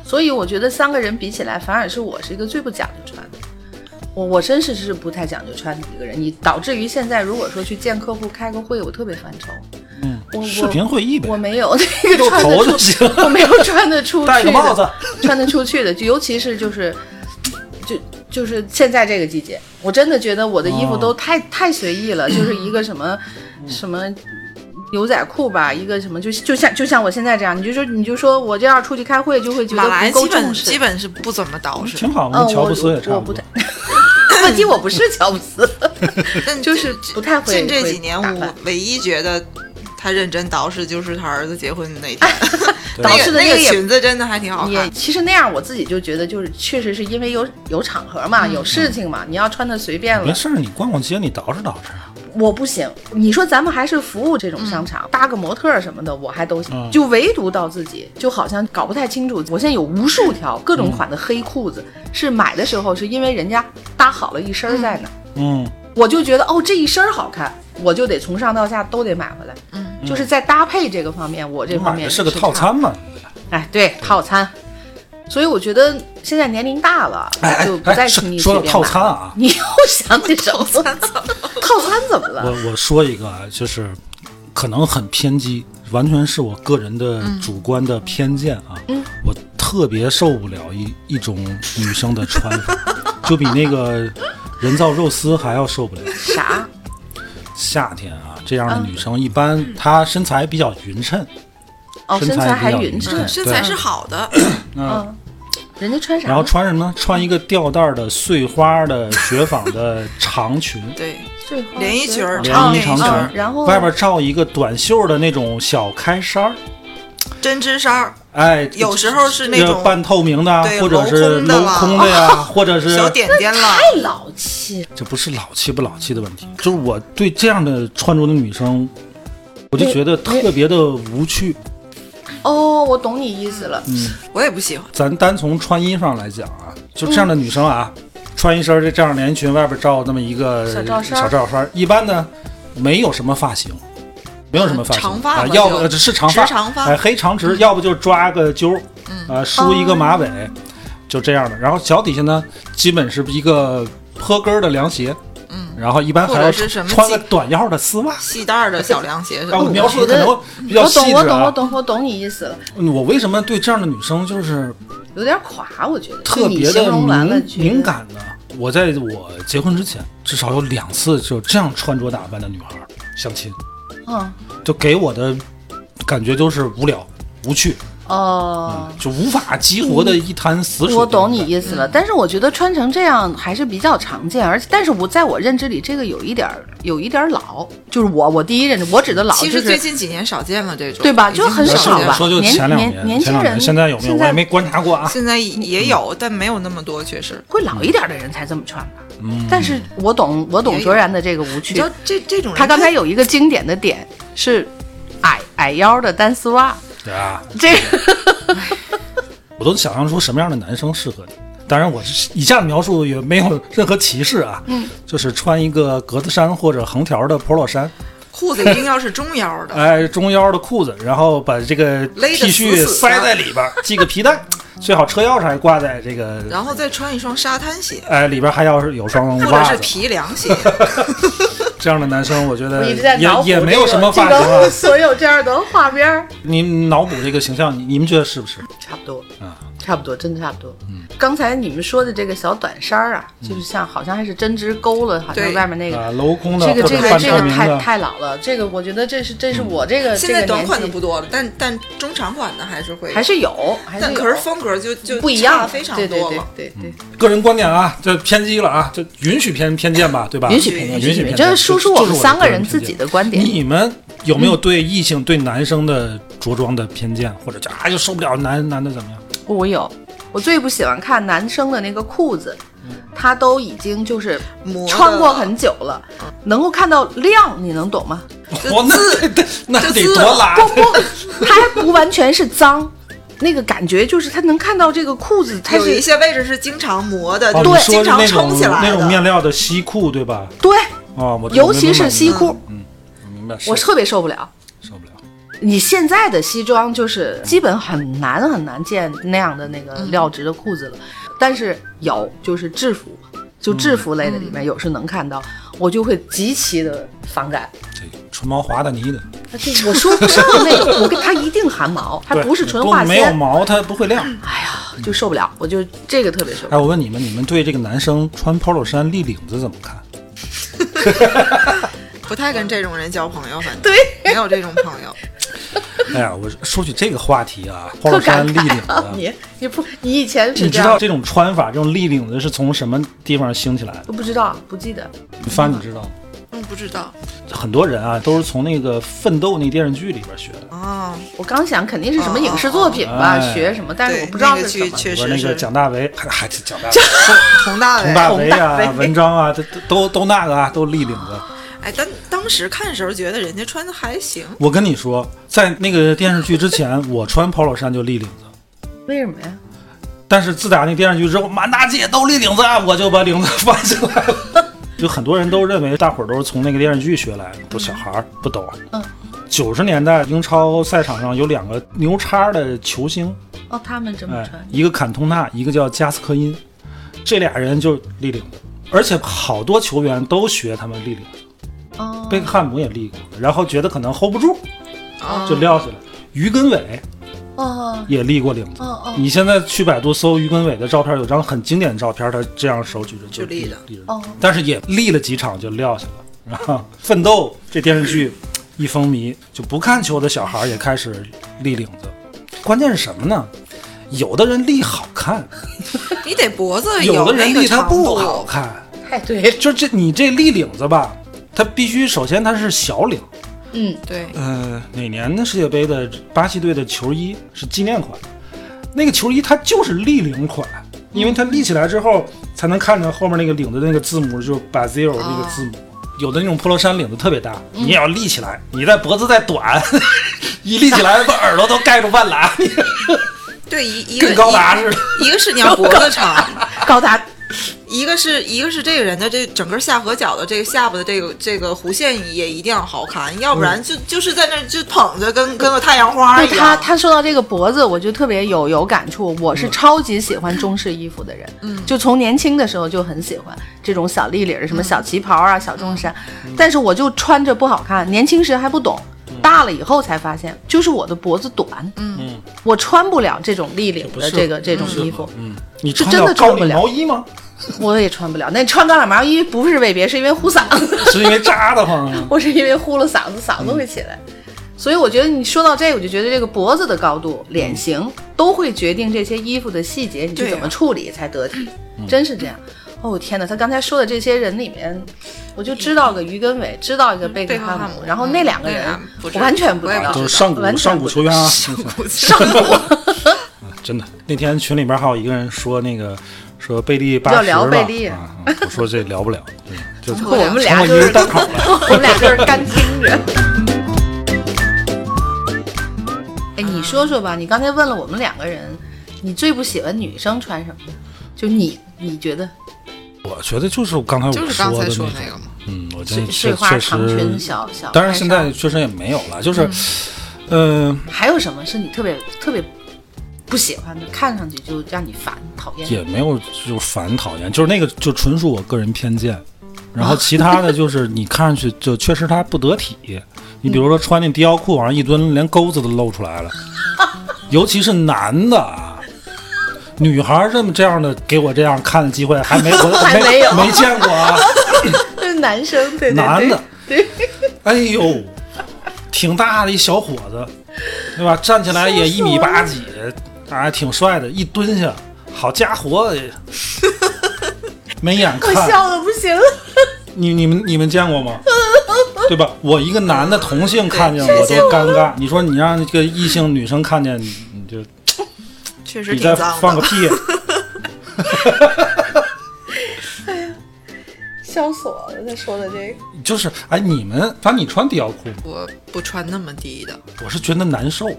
Speaker 2: 所以我觉得三个人比起来，反而是我是一个最不讲究穿的。我我真是是不太讲究穿的一个人，你导致于现在如果说去见客户开个会，我特别犯愁。我
Speaker 3: 嗯，
Speaker 2: 我
Speaker 3: 视频会议呗
Speaker 2: 我，没有 那个
Speaker 3: 露
Speaker 2: 穿
Speaker 3: 头
Speaker 2: 得
Speaker 3: 就
Speaker 2: 出，
Speaker 3: 行。
Speaker 2: 我没有穿得出去的，
Speaker 3: 戴个帽子
Speaker 2: 穿得出去的，就尤其是就是，就就是现在这个季节，我真的觉得我的衣服
Speaker 3: 哦
Speaker 2: 都太、太随意了，就是一个什么、什么。牛仔裤吧，一个什么就就像就像我现在这样，你就说你就说我这样出去开会，就会觉
Speaker 1: 马
Speaker 2: 得
Speaker 1: 来
Speaker 2: 不够
Speaker 1: 基本
Speaker 2: 重视。
Speaker 1: 基本是不怎么捯饬
Speaker 3: 挺，好，
Speaker 2: 嗯，
Speaker 3: 跟
Speaker 2: 我
Speaker 3: 乔布斯也差
Speaker 2: 我
Speaker 3: 不
Speaker 2: 不
Speaker 3: 多
Speaker 2: 太。， 问题我不是乔布 斯，
Speaker 1: 但
Speaker 2: 就是不太会
Speaker 1: 近这
Speaker 2: 会
Speaker 1: 几年，
Speaker 2: 打扮
Speaker 1: 我唯一觉得他认真捯饬就是他儿子结婚那天，
Speaker 3: 对
Speaker 2: 啊
Speaker 1: 那个
Speaker 2: 捯饬的
Speaker 1: 那
Speaker 2: 那
Speaker 1: 个
Speaker 2: 个也
Speaker 1: 裙子真的还挺好
Speaker 2: 也
Speaker 1: 看。
Speaker 2: 其实那样我自己就觉得就是确实是因为有有场合嘛，
Speaker 3: 嗯
Speaker 2: 有事情嘛，你要穿的随便了
Speaker 3: 没，事儿，你逛逛街，你捯饬捯饬。
Speaker 2: 我不行，你说咱们还是服务这种商场，搭个模特儿什么的，我还都行，
Speaker 3: 嗯
Speaker 2: 就唯独到自己，就好像搞不太清楚。我现在有无数条各种款的黑裤子，是买的时候是因为人家搭好了一身儿在那儿，
Speaker 3: 嗯，
Speaker 2: 我就觉得哦这一身儿好看，我就得从上到下都得买回来。
Speaker 1: 嗯，
Speaker 2: 就是在搭配这个方面，我这
Speaker 3: 你
Speaker 2: 方
Speaker 3: 买
Speaker 2: 面
Speaker 3: 的是个
Speaker 2: 差
Speaker 3: 套，餐嘛？
Speaker 2: 哎，对套餐。所以我觉得现在年龄大了，
Speaker 3: 哎哎
Speaker 2: 就不再
Speaker 3: 哎，
Speaker 2: 轻易
Speaker 3: 是
Speaker 2: 随
Speaker 3: 说
Speaker 2: 便
Speaker 3: 到
Speaker 2: 买。
Speaker 3: 套餐啊，
Speaker 2: 你又想起什么？套餐怎么了？
Speaker 3: 我我说一个啊，就是可能很偏激，完全是我个人的主观的偏见啊，
Speaker 2: 嗯
Speaker 3: 我特别受不了一一种女生的穿法， 就比那个人造肉丝还要受不了。
Speaker 2: 啥？
Speaker 3: 夏天啊，这样的
Speaker 2: 嗯
Speaker 3: 女生一般她身材比较匀称，
Speaker 2: 哦，
Speaker 3: 身
Speaker 2: 身
Speaker 3: 材
Speaker 2: 材
Speaker 3: 比
Speaker 2: 还
Speaker 3: 较
Speaker 2: 匀
Speaker 3: 匀
Speaker 2: 称
Speaker 3: 称，
Speaker 1: 身材
Speaker 3: 对
Speaker 1: 是好的，
Speaker 2: 嗯，人家穿啥呢？
Speaker 3: 然后穿什么呢？穿一个吊带儿的碎花的雪纺的长裙，
Speaker 1: 对，
Speaker 2: 最后
Speaker 1: 连衣裙儿
Speaker 2: 是
Speaker 3: 连
Speaker 1: 长
Speaker 3: 衣
Speaker 1: 内
Speaker 3: 长裙
Speaker 1: 衫
Speaker 3: 儿
Speaker 2: 嗯，然后呢
Speaker 3: 外边罩一个短袖的那种小开衫儿，
Speaker 1: 针织衫儿，
Speaker 3: 哎，
Speaker 1: 有时候是那
Speaker 3: 这
Speaker 1: 种
Speaker 3: 半透明的啊，
Speaker 1: 对
Speaker 3: 或者是
Speaker 1: 镂
Speaker 3: 镂空
Speaker 1: 空的啦
Speaker 3: 的 呀，或者是
Speaker 1: 小点点啦，
Speaker 2: 太老气，
Speaker 3: 这不是老气不老气的问题，就是我对这样的穿着的女生，我就觉得特别的无趣。
Speaker 2: 哦，我懂你意思了。
Speaker 3: 嗯
Speaker 1: 我也不喜欢。
Speaker 3: 咱单从穿衣上来讲啊，就这样的女生啊，穿一身这这样连衣裙，外边罩那么一个
Speaker 2: 小罩衫儿
Speaker 3: 小罩衫儿，一般呢没有什么发型，没有什么发型，
Speaker 1: 长发吧
Speaker 3: 啊、要不
Speaker 1: 就
Speaker 3: 呃是长发，
Speaker 1: 直长发
Speaker 3: 哎黑长直，要不就抓个揪，嗯、呃梳一个马尾，
Speaker 1: 嗯
Speaker 3: 就这样的。然后脚底下呢，基本是一个坡跟儿的凉鞋，嗯，然后一般还
Speaker 1: 或
Speaker 3: 要
Speaker 1: 者是什么
Speaker 3: 穿个
Speaker 1: 系
Speaker 3: 短腰的丝袜。
Speaker 1: 细带儿的小凉鞋什哦
Speaker 3: 啊，我
Speaker 1: 么的，
Speaker 3: 描述的可能比较
Speaker 2: 我
Speaker 3: 细
Speaker 2: 懂，
Speaker 3: 致
Speaker 2: 我懂，
Speaker 3: 啊
Speaker 2: 我。懂，我懂你意思了，
Speaker 3: 嗯我为什么对这样的女生就是
Speaker 2: 有点垮，我觉得。
Speaker 3: 特
Speaker 2: 就
Speaker 3: 别
Speaker 2: 你形
Speaker 3: 的
Speaker 2: 容完了
Speaker 3: 敏
Speaker 2: 觉得
Speaker 3: 敏。感呢？我在我结婚之前，至少有两次就这样穿着打扮的女孩儿相亲，
Speaker 2: 嗯，
Speaker 3: 就给我的感觉就是无聊、无趣，
Speaker 2: 哦。
Speaker 3: 就无法激活的一滩死水。
Speaker 2: 嗯我懂你，意
Speaker 3: 嗯
Speaker 2: 思了，但是我觉得穿成这样还是比较常见，而且但是我在我认知里，这个有一点儿有一点儿老，就是我我第一认知，我指的老
Speaker 1: 其
Speaker 2: 就
Speaker 1: 实最
Speaker 2: 是
Speaker 1: 近几年少见了这种，
Speaker 2: 对吧
Speaker 1: 已
Speaker 2: 就
Speaker 1: 经
Speaker 2: 很
Speaker 3: 我
Speaker 1: 少
Speaker 2: 少
Speaker 1: 见
Speaker 2: 吧
Speaker 1: 了
Speaker 3: 说就前两
Speaker 2: 年年
Speaker 3: 前两
Speaker 2: 轻人
Speaker 3: 年，现在有没有
Speaker 2: 现
Speaker 3: 我
Speaker 2: 在
Speaker 3: 也没观察过啊。
Speaker 1: 现在也有，但没有那么多，确实。
Speaker 2: 会老一点的人才这么穿吧。
Speaker 3: 嗯
Speaker 2: 但是我懂我懂
Speaker 1: 也有
Speaker 2: 卓然的这个无
Speaker 1: 你
Speaker 2: 趣
Speaker 1: 知，道这这种人，
Speaker 2: 他刚才有一个经典的点是矮矮腰的单丝袜，
Speaker 3: 对啊，
Speaker 2: 这个
Speaker 3: 我都想象出什么样的男生适合你。当然，我是以下的描述也没有任何歧视啊，嗯，就是穿一个格子衫或者横条的 polo 衫，
Speaker 1: 裤子一定要是中腰的，
Speaker 3: 哎，中腰的裤子，然后把这个
Speaker 1: 勒
Speaker 3: T
Speaker 1: 得死
Speaker 3: 恤
Speaker 1: 死的
Speaker 3: 塞在里 边儿，系个皮带，最好车钥匙还挂在这个，
Speaker 1: 然后再穿一双沙滩鞋
Speaker 3: 哎，里边还要是有双
Speaker 1: 或者
Speaker 3: 嗯袜
Speaker 1: 是
Speaker 3: 子。
Speaker 1: 皮凉鞋。
Speaker 3: 这样的男生，我觉得
Speaker 2: 我一直在
Speaker 3: 也
Speaker 2: 脑补
Speaker 3: 呃也
Speaker 2: 这
Speaker 3: 没有
Speaker 2: 个
Speaker 3: 什么
Speaker 2: 这
Speaker 3: 发型啊
Speaker 2: 个。所有这样的画面儿，
Speaker 3: 你脑补这个形象，你你们觉得是不是？
Speaker 2: 差不多，
Speaker 3: 啊，
Speaker 2: 差不多，真的差不多。嗯，刚才你们说的这个小短衫儿啊，就是像好像还是针织勾了，好像
Speaker 1: 对
Speaker 2: 外面那个。
Speaker 3: 嗯啊，镂空的
Speaker 2: 这
Speaker 3: 或
Speaker 2: 个
Speaker 3: 者
Speaker 2: 这个
Speaker 3: 半
Speaker 2: 这
Speaker 3: 透
Speaker 2: 个
Speaker 3: 明
Speaker 2: 太
Speaker 3: 的，
Speaker 2: 太老了，这个我觉得这是这是我这 个、
Speaker 1: 嗯现
Speaker 2: 这个
Speaker 1: 在短款的
Speaker 2: 年纪
Speaker 1: 不多了，但但中长款的还是会有，
Speaker 2: 还是有，还是
Speaker 1: 但
Speaker 2: 有，
Speaker 1: 可是风格就就
Speaker 2: 不一样
Speaker 1: 差，非常
Speaker 2: 对对
Speaker 1: 多
Speaker 2: 对
Speaker 1: 了。
Speaker 2: 对对，
Speaker 3: 个人观点啊，这偏激了啊，这允许偏偏见吧，对吧？
Speaker 2: 允许
Speaker 1: 偏
Speaker 2: 评论，
Speaker 3: 允许偏见。
Speaker 2: 这是输出我
Speaker 3: 这嗯
Speaker 2: 们
Speaker 3: 是
Speaker 2: 三个
Speaker 3: 个
Speaker 2: 人
Speaker 3: 偏
Speaker 2: 自
Speaker 3: 见
Speaker 2: 己的嗯观点。
Speaker 3: 你们有没有对异性、对男生的着装的偏见，或者就啊就受不了男男的怎么样？
Speaker 2: 我有，我最不喜欢看男生的那个裤子，他都已经就是
Speaker 1: 嗯磨的
Speaker 2: 穿过很久了，能够看到亮，你能懂吗？
Speaker 3: 哇，那得那
Speaker 1: 就
Speaker 3: 得
Speaker 1: 自
Speaker 3: 多拉
Speaker 2: 不
Speaker 1: 嗯
Speaker 2: 不，它还不完全是脏，那个感觉就是他能看到这个裤子，它
Speaker 1: 有一
Speaker 2: 是
Speaker 1: 些位置是经常磨的，
Speaker 3: 哦
Speaker 1: 就
Speaker 3: 你
Speaker 1: 是
Speaker 3: 说
Speaker 1: 经
Speaker 3: 是
Speaker 1: 常
Speaker 3: 那
Speaker 1: 撑
Speaker 3: 种
Speaker 1: 起来
Speaker 3: 那种面
Speaker 1: 的。
Speaker 3: 料的西裤对吧？
Speaker 2: 对，
Speaker 3: 啊，我
Speaker 2: 尤其是西，裤，
Speaker 3: 嗯我明白，受
Speaker 2: 我特别受不了。
Speaker 3: 受不了。
Speaker 2: 你现在的西装就是基本很难很难见那样的那个料质的裤
Speaker 1: 嗯
Speaker 2: 子了，但是有就是制服，就制服类的里
Speaker 1: 嗯
Speaker 2: 面有是能看到，我就会极其的反感。
Speaker 3: 这个纯毛滑的泥的，
Speaker 2: 啊这我说不上那个，我跟它一定含毛，它
Speaker 3: 对
Speaker 2: 不是纯化
Speaker 3: 不没有
Speaker 2: 纤，
Speaker 3: 毛它不会亮。
Speaker 2: 哎呀，就受不了，我就这个特别受不了。
Speaker 3: 哎，我问你们，你们对这个男生穿 polo 衫立领子怎么看？
Speaker 1: 不太跟这种人交朋友，反正
Speaker 2: 对，
Speaker 1: 没有这种朋 友。
Speaker 3: 哎呀，我说起这个话题啊
Speaker 2: 特
Speaker 3: ，polo 衫
Speaker 2: 感
Speaker 3: 立
Speaker 2: 慨
Speaker 3: 领
Speaker 2: 啊！
Speaker 3: 子，
Speaker 2: 你你不你以前是
Speaker 3: 你知
Speaker 2: 这样
Speaker 3: 道，这种穿法，这种立领子是从什么地方兴起来的？
Speaker 2: 我不知道，不记得。
Speaker 3: 翻你知道吗？
Speaker 1: 嗯，不知道
Speaker 3: 很多人啊都是从那个《奋斗》那电视剧里边学的，
Speaker 1: 啊，
Speaker 2: 我刚想肯定是什么影视作品吧，
Speaker 3: 哎
Speaker 2: 学什么，但是
Speaker 1: 对，
Speaker 2: 我不知道
Speaker 1: 那个
Speaker 2: 是什
Speaker 1: 剧
Speaker 2: 么。
Speaker 3: 里
Speaker 1: 确
Speaker 3: 边
Speaker 1: 实
Speaker 3: 那个
Speaker 1: 是
Speaker 3: 蒋大为， 还还蒋大为、
Speaker 1: 佟大
Speaker 3: 佟
Speaker 1: 为。
Speaker 3: 大为啊
Speaker 2: 佟大、为
Speaker 3: 文章啊，这都都都那个啊，都立领子。
Speaker 1: 哎，但当时看的时候觉得人家穿的还行，
Speaker 3: 我跟你说，在那个电视剧之前，我穿 polo 衫就立领子。
Speaker 2: 为什么呀？
Speaker 3: 但是自打那电视剧之后，满大街都立领子，啊我就把领子 放起来了。就很多人都认为大伙儿都是从那个电视剧学来的，都小孩儿不懂。啊
Speaker 2: 嗯。
Speaker 3: 九十年代英超赛场上有两个牛叉的球星，
Speaker 2: 哦，他们这么
Speaker 3: 哎
Speaker 2: 穿，，
Speaker 3: 一个坎通纳，一个叫加斯科因，这俩人就立领子，而且好多球员都学他们立领子，
Speaker 2: 哦，
Speaker 3: 贝克汉姆也立过，然后觉得可能 hold 不住，
Speaker 2: 啊
Speaker 3: 就撩起来。于根伟
Speaker 2: 哦
Speaker 3: 也立过领子。
Speaker 2: 哦哦
Speaker 3: 你现在去百度搜于根伟的照片，有张很经典的照片，他这样手举着就
Speaker 1: 就立着
Speaker 3: 立着，
Speaker 2: 哦，
Speaker 3: 但是也立了几场就撂下了。然后《奋斗》这电视剧一风靡，就不看球的小孩也开始立领子。关键是什么呢？有的人立好看，
Speaker 1: 你得脖子
Speaker 3: 有的
Speaker 1: 那
Speaker 3: 人
Speaker 1: 个
Speaker 3: 立他
Speaker 1: 长
Speaker 3: 不
Speaker 1: 度，
Speaker 3: 好看。
Speaker 2: 太对了，
Speaker 3: 就这，你这立领子吧，它必须首先它是小领。
Speaker 2: 嗯，
Speaker 1: 对，
Speaker 3: 呃，哪年的世界杯的巴西队的球衣是纪念款，那个球衣它就是立领款，因为它立起来之后才能看着后面那个领子的那个字母，就是 Brazil 那个字母。有的那种 polo 衫领子特别大，你也要立起来，你再脖子再 短，一立起来把耳朵都盖住半拉，
Speaker 1: 对一一个
Speaker 3: 跟高达似的。
Speaker 1: 一个是你要脖子长，
Speaker 2: 高达
Speaker 1: 一个是一个是这个人的这整个下颌角的这个下巴的这个这个弧线也一定要好看，要不然
Speaker 3: 嗯
Speaker 1: 就就是在那儿就捧着跟跟个太阳花
Speaker 3: 啊
Speaker 2: 对
Speaker 1: 一
Speaker 2: 他
Speaker 1: 样。
Speaker 2: 他说到这个脖子，我就特别有有感触。我
Speaker 3: 嗯
Speaker 2: 是超级喜欢中式衣服的人，嗯，就从年轻的时候就很喜欢这种小立领儿，什么
Speaker 3: 嗯
Speaker 2: 小旗袍啊、小中山，但是我就穿着不好看。年轻时还不懂，大了以后才发现，就是我的脖子短，
Speaker 3: 嗯，
Speaker 2: 我穿不了这种立领
Speaker 3: 不
Speaker 2: 的
Speaker 3: 是
Speaker 2: 这个这种衣服，
Speaker 3: 嗯，你
Speaker 2: 是
Speaker 3: 穿
Speaker 2: 真的
Speaker 3: 了高
Speaker 2: 穿不
Speaker 3: 领
Speaker 2: 了
Speaker 3: 毛衣吗？
Speaker 2: 我也穿不了。那穿高领毛衣不是为别，是因为呼嗓子。
Speaker 3: 是因为扎的慌 啊。
Speaker 2: 我是因为呼了嗓子，嗓子会起来。所以我觉得你说到这个，我就觉得这个脖子的高度、脸型都会决定这些衣服的细节，你
Speaker 1: 嗯
Speaker 2: 去
Speaker 1: 对啊嗯
Speaker 2: 怎么处理才得体，真是这样。哦天哪，他刚才说的这些人里面，我就知道个于根伟，知道一个贝克汉
Speaker 1: 贝克汉姆
Speaker 2: 然后那两个人
Speaker 1: 那俩不知
Speaker 2: 我完全不知
Speaker 1: 我也
Speaker 2: 道，
Speaker 1: 不
Speaker 3: 都是上
Speaker 2: 完
Speaker 3: 古
Speaker 2: 全
Speaker 3: 上古
Speaker 2: 不知
Speaker 3: 球员啊，
Speaker 2: 上古
Speaker 3: 真的，那天群里边还有一个人说那个说贝利八十
Speaker 2: 要聊
Speaker 3: 嘛
Speaker 2: 贝利
Speaker 3: 啊，啊我说这聊不了， 对就
Speaker 1: 不
Speaker 2: 我们俩
Speaker 3: 成
Speaker 2: 就
Speaker 3: 了一
Speaker 2: 是
Speaker 3: 个 单口了。
Speaker 2: 我们俩就是干听着。哎，你说说吧，你刚才问了我们两个人，你最不喜欢女生穿什么？就你，你觉得
Speaker 3: 我觉得就是刚才我
Speaker 4: 就是刚才说
Speaker 3: 的
Speaker 4: 那
Speaker 3: 种，
Speaker 4: 个嘛，
Speaker 3: 嗯，我觉
Speaker 2: 碎
Speaker 3: 得
Speaker 2: 碎
Speaker 3: 确
Speaker 2: 花
Speaker 3: 确
Speaker 2: 长裙、
Speaker 3: 实，
Speaker 2: 小小，
Speaker 3: 当然现在确实也没有了，就是，呃，
Speaker 2: 还有什么是你特别特别不喜欢的，看上去就让你烦、讨厌？
Speaker 3: 也没有就是烦讨厌，就是那个就纯属我个人偏见。然后其他的就是你看上去就确实它不得体，你比如说穿那低腰裤往上一蹲，连钩子都露出来了，尤其是男的啊，女孩儿这么这样的给我这样看的机会还没 我
Speaker 2: 还没有
Speaker 3: 没见过啊，
Speaker 2: 这是 男生，对对对，
Speaker 3: 男的，哎呦，挺大的一小伙子，对吧？站起来也一米八几，啊，挺帅的，一蹲下，好家伙，哎没眼
Speaker 2: 我
Speaker 3: 看，
Speaker 2: 笑的不行了。
Speaker 3: 你你们你们见过吗？对吧？我一个男的同性看见我都
Speaker 1: 见过
Speaker 3: 尴尬，你说你让这个异性女生看见你，你就
Speaker 1: 确实
Speaker 3: 你
Speaker 1: 挺
Speaker 3: 再
Speaker 1: 脏
Speaker 3: 放个
Speaker 1: 的。
Speaker 3: 屁，
Speaker 2: 笑死我了！他说的这个，
Speaker 3: 就是哎，你们反正你穿低腰裤吗？
Speaker 4: 我不穿那么低的，
Speaker 3: 我是觉得难受，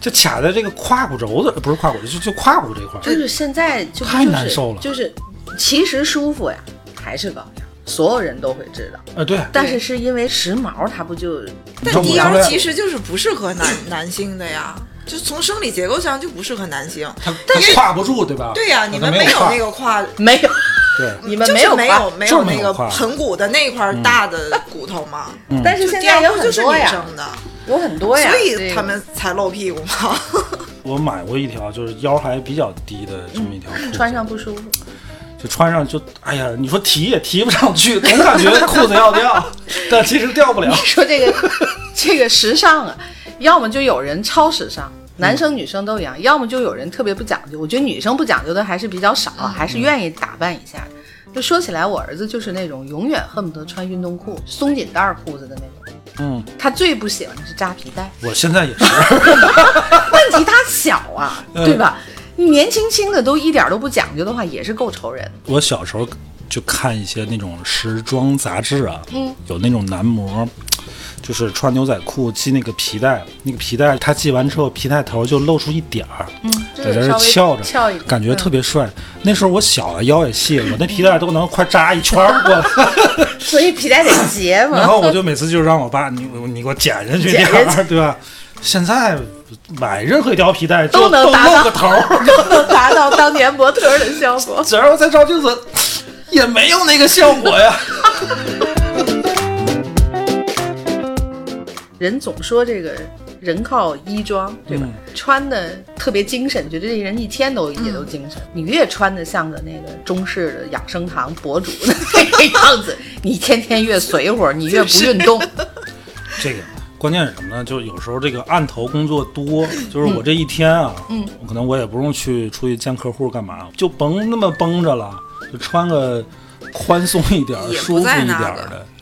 Speaker 3: 就卡在这个胯骨轴子，不是胯骨，就就胯骨这块儿。
Speaker 2: 就是现
Speaker 1: 哎
Speaker 2: 在就
Speaker 3: 太难受了
Speaker 2: 就是其实舒服呀，还是高腰，所有人都会知道。
Speaker 3: 啊，对，
Speaker 2: 但是是因为时髦，它不就
Speaker 3: 你
Speaker 1: 但
Speaker 3: 看
Speaker 1: 低
Speaker 3: 我刚
Speaker 1: 腰
Speaker 3: 才
Speaker 1: 其实就是不适合男男性的呀，就从生理结构上就不适合男性。
Speaker 3: 他他跨不住，对吧？
Speaker 1: 对呀、你们
Speaker 3: 没
Speaker 1: 没
Speaker 3: 跨
Speaker 1: 有那个胯，
Speaker 2: 没有？
Speaker 3: 对，
Speaker 2: 你们
Speaker 1: 嗯就是
Speaker 2: 有
Speaker 1: 没
Speaker 2: 吧嗯
Speaker 1: 有没
Speaker 3: 就是
Speaker 1: 有
Speaker 3: 没有
Speaker 1: 那
Speaker 3: 嗯
Speaker 1: 个
Speaker 3: 胯
Speaker 1: 盆骨的那块大的骨头嘛。
Speaker 2: 但是
Speaker 1: 就
Speaker 2: 嗯现
Speaker 1: 低
Speaker 2: 在
Speaker 1: 腰
Speaker 2: 有
Speaker 1: 裤就
Speaker 2: 很
Speaker 1: 是
Speaker 2: 多
Speaker 1: 女
Speaker 2: 呀，
Speaker 1: 生的，
Speaker 2: 有很多呀，
Speaker 1: 所
Speaker 2: 这
Speaker 1: 以
Speaker 2: 个
Speaker 1: 他们才露屁股嘛。
Speaker 3: 我买过一条就是腰还比较低的这么一条裤
Speaker 1: 嗯
Speaker 3: 子，
Speaker 2: 穿上不舒服。
Speaker 3: 就穿上就哎呀，你说提也提不上去，总感觉裤子要 掉，但其实掉不了。
Speaker 2: 说这个 这个时尚啊，要么就有人超时尚。
Speaker 1: 嗯
Speaker 2: 男生女生都一样，要么就有人特别不讲究。我觉得女生不讲究的还是比较少，啊
Speaker 1: 嗯
Speaker 2: 还是愿意打扮一下的。就说起来，我儿子就是那种永远恨不得穿运动裤、松紧带儿裤子的那种。
Speaker 3: 嗯，
Speaker 2: 他最不喜欢的是扎皮带。
Speaker 3: 我现在也是，
Speaker 2: 问题他小啊，
Speaker 3: 嗯
Speaker 2: 对吧？你年轻轻的都一点都不讲究的话，也是够愁人。
Speaker 3: 我小时候就看一些那种时装杂志啊，嗯，有那种男模。就是穿牛仔裤系那个皮带，那个皮带他系完之后，皮带头就露出一点儿，嗯，
Speaker 2: 就
Speaker 3: 在
Speaker 2: 是
Speaker 3: 这
Speaker 2: 稍
Speaker 3: 儿
Speaker 2: 微
Speaker 3: 翘着，
Speaker 2: 翘一点嗯
Speaker 3: 感觉特别帅。那时候我小啊，腰也细，我那皮带都能快扎一圈儿过来。
Speaker 2: 所以皮带得结
Speaker 3: 然
Speaker 2: 嘛。
Speaker 3: 后我就每次就让我爸，你你给我剪下去点
Speaker 2: 剪下
Speaker 3: 儿，对吧？现在买任何一条皮带就
Speaker 2: 都能达到
Speaker 3: 露个头儿，
Speaker 2: 都能达到当年模特儿的效果。
Speaker 3: 只要再照镜子，也没有那个效果呀。
Speaker 2: 人总说这个人靠衣装，对吧？
Speaker 3: 嗯
Speaker 2: 穿的特别精神，觉得这人一天都也都精神。
Speaker 3: 嗯
Speaker 2: 你越穿的像个那个中式的养生堂博主的那个样子，你天天越随和，你越不运动。
Speaker 3: 这个关键是什么呢？就是有时候这个案头工作多，就是我这一天啊，嗯，可能我也不用去出去见客户干嘛，就甭那么绷着了，就穿个宽松一点儿、
Speaker 1: 也不
Speaker 3: 舒服
Speaker 1: 在
Speaker 3: 一点
Speaker 1: 那
Speaker 3: 儿
Speaker 1: 个
Speaker 3: 的。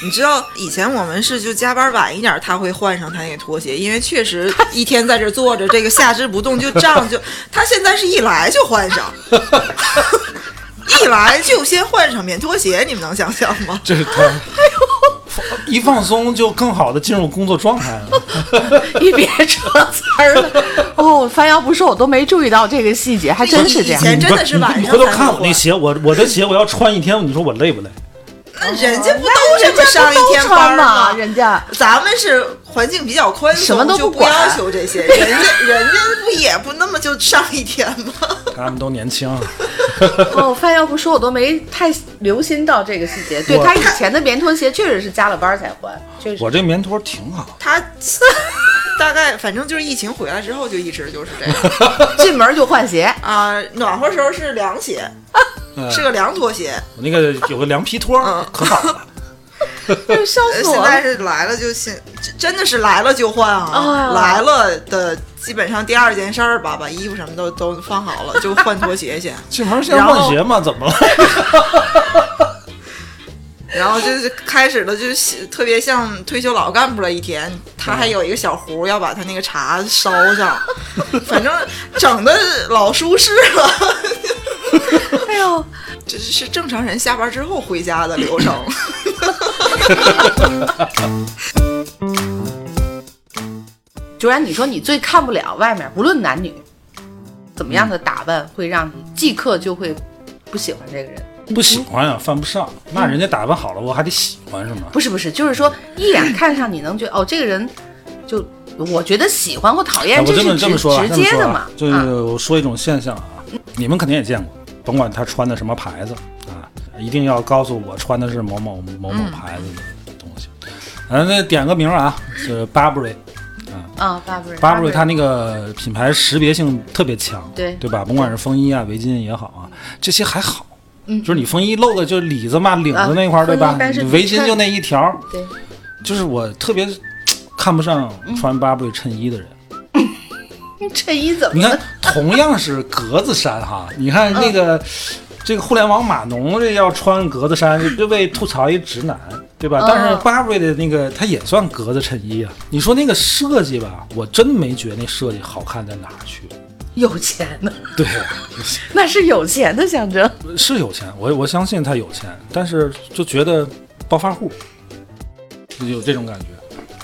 Speaker 1: 你知道以前我们是就加班晚一点，他会换上他那个拖鞋，因为确实一天在这儿坐着，这个下肢不动就胀 就。他现在是一来就换上，一来就先换上棉拖鞋，你们能想象
Speaker 2: 哦
Speaker 1: 吗？
Speaker 3: 这是他，哎一放松就更好的进入工作状态了。
Speaker 2: 你别扯词儿了。哦，翻腰不说，我都没注意到这个细节，还真是这样
Speaker 1: 以。 前真的
Speaker 3: 不
Speaker 1: 是晚上
Speaker 3: 你回头
Speaker 1: 才啊
Speaker 3: 看
Speaker 1: 能
Speaker 3: 我那
Speaker 1: 换
Speaker 3: 鞋，我我的鞋我要穿一天，你说我累不累？
Speaker 1: 那人家不都这么上一天班
Speaker 2: 穿
Speaker 1: 吗？
Speaker 2: 人家
Speaker 1: 咱们是环境比较宽松，
Speaker 2: 什么都不
Speaker 1: 就不
Speaker 2: 管
Speaker 1: 要求这些，人家 人家不也不那么就上一天吗？
Speaker 3: 他们都年 轻，啊
Speaker 2: 哦，范要不说我都没太留心到这个细节。对
Speaker 3: 我
Speaker 2: 他以前的棉拖鞋确实是加了班儿才换，确实。
Speaker 3: 我这棉拖挺好。
Speaker 1: 他 大概反正就是疫情回来之后就一直就是这样。
Speaker 2: 进门就换 鞋，
Speaker 1: 啊、暖和时候是凉鞋，
Speaker 3: 嗯
Speaker 1: 是个凉拖鞋。
Speaker 3: 我那个有个凉皮拖
Speaker 1: 嗯，
Speaker 3: 可好 了。
Speaker 2: 哎呦笑
Speaker 1: 呃
Speaker 2: 死我
Speaker 1: 现
Speaker 2: 了
Speaker 1: 在！是来了就新，真真的是来了就换啊！
Speaker 2: 啊
Speaker 1: 来了的基本上第二件事儿吧，把衣服什么都都放好了，就换拖鞋 先，
Speaker 3: 进门先换鞋嘛，怎么了？
Speaker 1: 然后就是开始了，就是特别像退休老干部的一天。他
Speaker 4: 嗯
Speaker 1: 还有一个小壶，要把他那个茶烧上，反正整的老舒适了。
Speaker 2: 哎呦，
Speaker 1: 这是正常人下班之后回家的流程。
Speaker 2: 卓然，你说你最看不了外面，不论男女，怎么样的打扮会让你即刻就会不喜欢这个人？
Speaker 3: 不喜欢呀、犯不上。那人家打扮好了，我还得喜欢是吗？
Speaker 2: 不是不是，就是说一眼看上你能觉得哦，这个人就我觉得喜欢或讨
Speaker 3: 哎
Speaker 2: 厌，
Speaker 3: 我这么
Speaker 2: 是
Speaker 3: 这
Speaker 2: 直
Speaker 3: 么说吧，
Speaker 2: 直
Speaker 3: 这么
Speaker 2: 接
Speaker 3: 说
Speaker 2: 的
Speaker 3: 吧
Speaker 2: 嘛。
Speaker 3: 就是
Speaker 2: 啊，
Speaker 3: 我说一种现象啊，你们肯定也见过，甭管他穿的什么牌子啊，一定要告诉我穿的是某某某
Speaker 2: 嗯
Speaker 3: 某牌子的东西。嗯，那点个名啊，是 Burberry。
Speaker 2: 啊，巴布瑞，
Speaker 3: 巴布瑞它那个品牌识别性特别强，
Speaker 2: 对
Speaker 3: 对吧？甭管是风衣啊、围巾也好啊，这些还好。嗯，就是你风衣露的就里子嘛、领子那块儿，
Speaker 2: 啊
Speaker 3: 对吧
Speaker 2: 风衣但？是
Speaker 3: 你围巾就那一条儿，
Speaker 2: 对，
Speaker 3: 就是我特别看不上
Speaker 2: 嗯
Speaker 3: 穿巴布瑞衬衣的人。
Speaker 2: 衬衣 怎
Speaker 3: 你
Speaker 2: 么
Speaker 3: 看
Speaker 2: 了？，
Speaker 3: 同样是格子衫哈，你看那
Speaker 2: 嗯
Speaker 3: 个、这个互联网码农这要穿格子衫，就被吐槽一直男，对吧？
Speaker 2: 嗯
Speaker 3: 但是 Burberry 的那个它也算格子衬衣啊。你说那个设计吧，我真没觉得那设计好看在哪儿去。
Speaker 2: 有钱呢，
Speaker 3: 对，
Speaker 2: 那是有钱的象征。
Speaker 3: 是有钱，我我相信他有钱，但是就觉得暴发户，有这种感觉。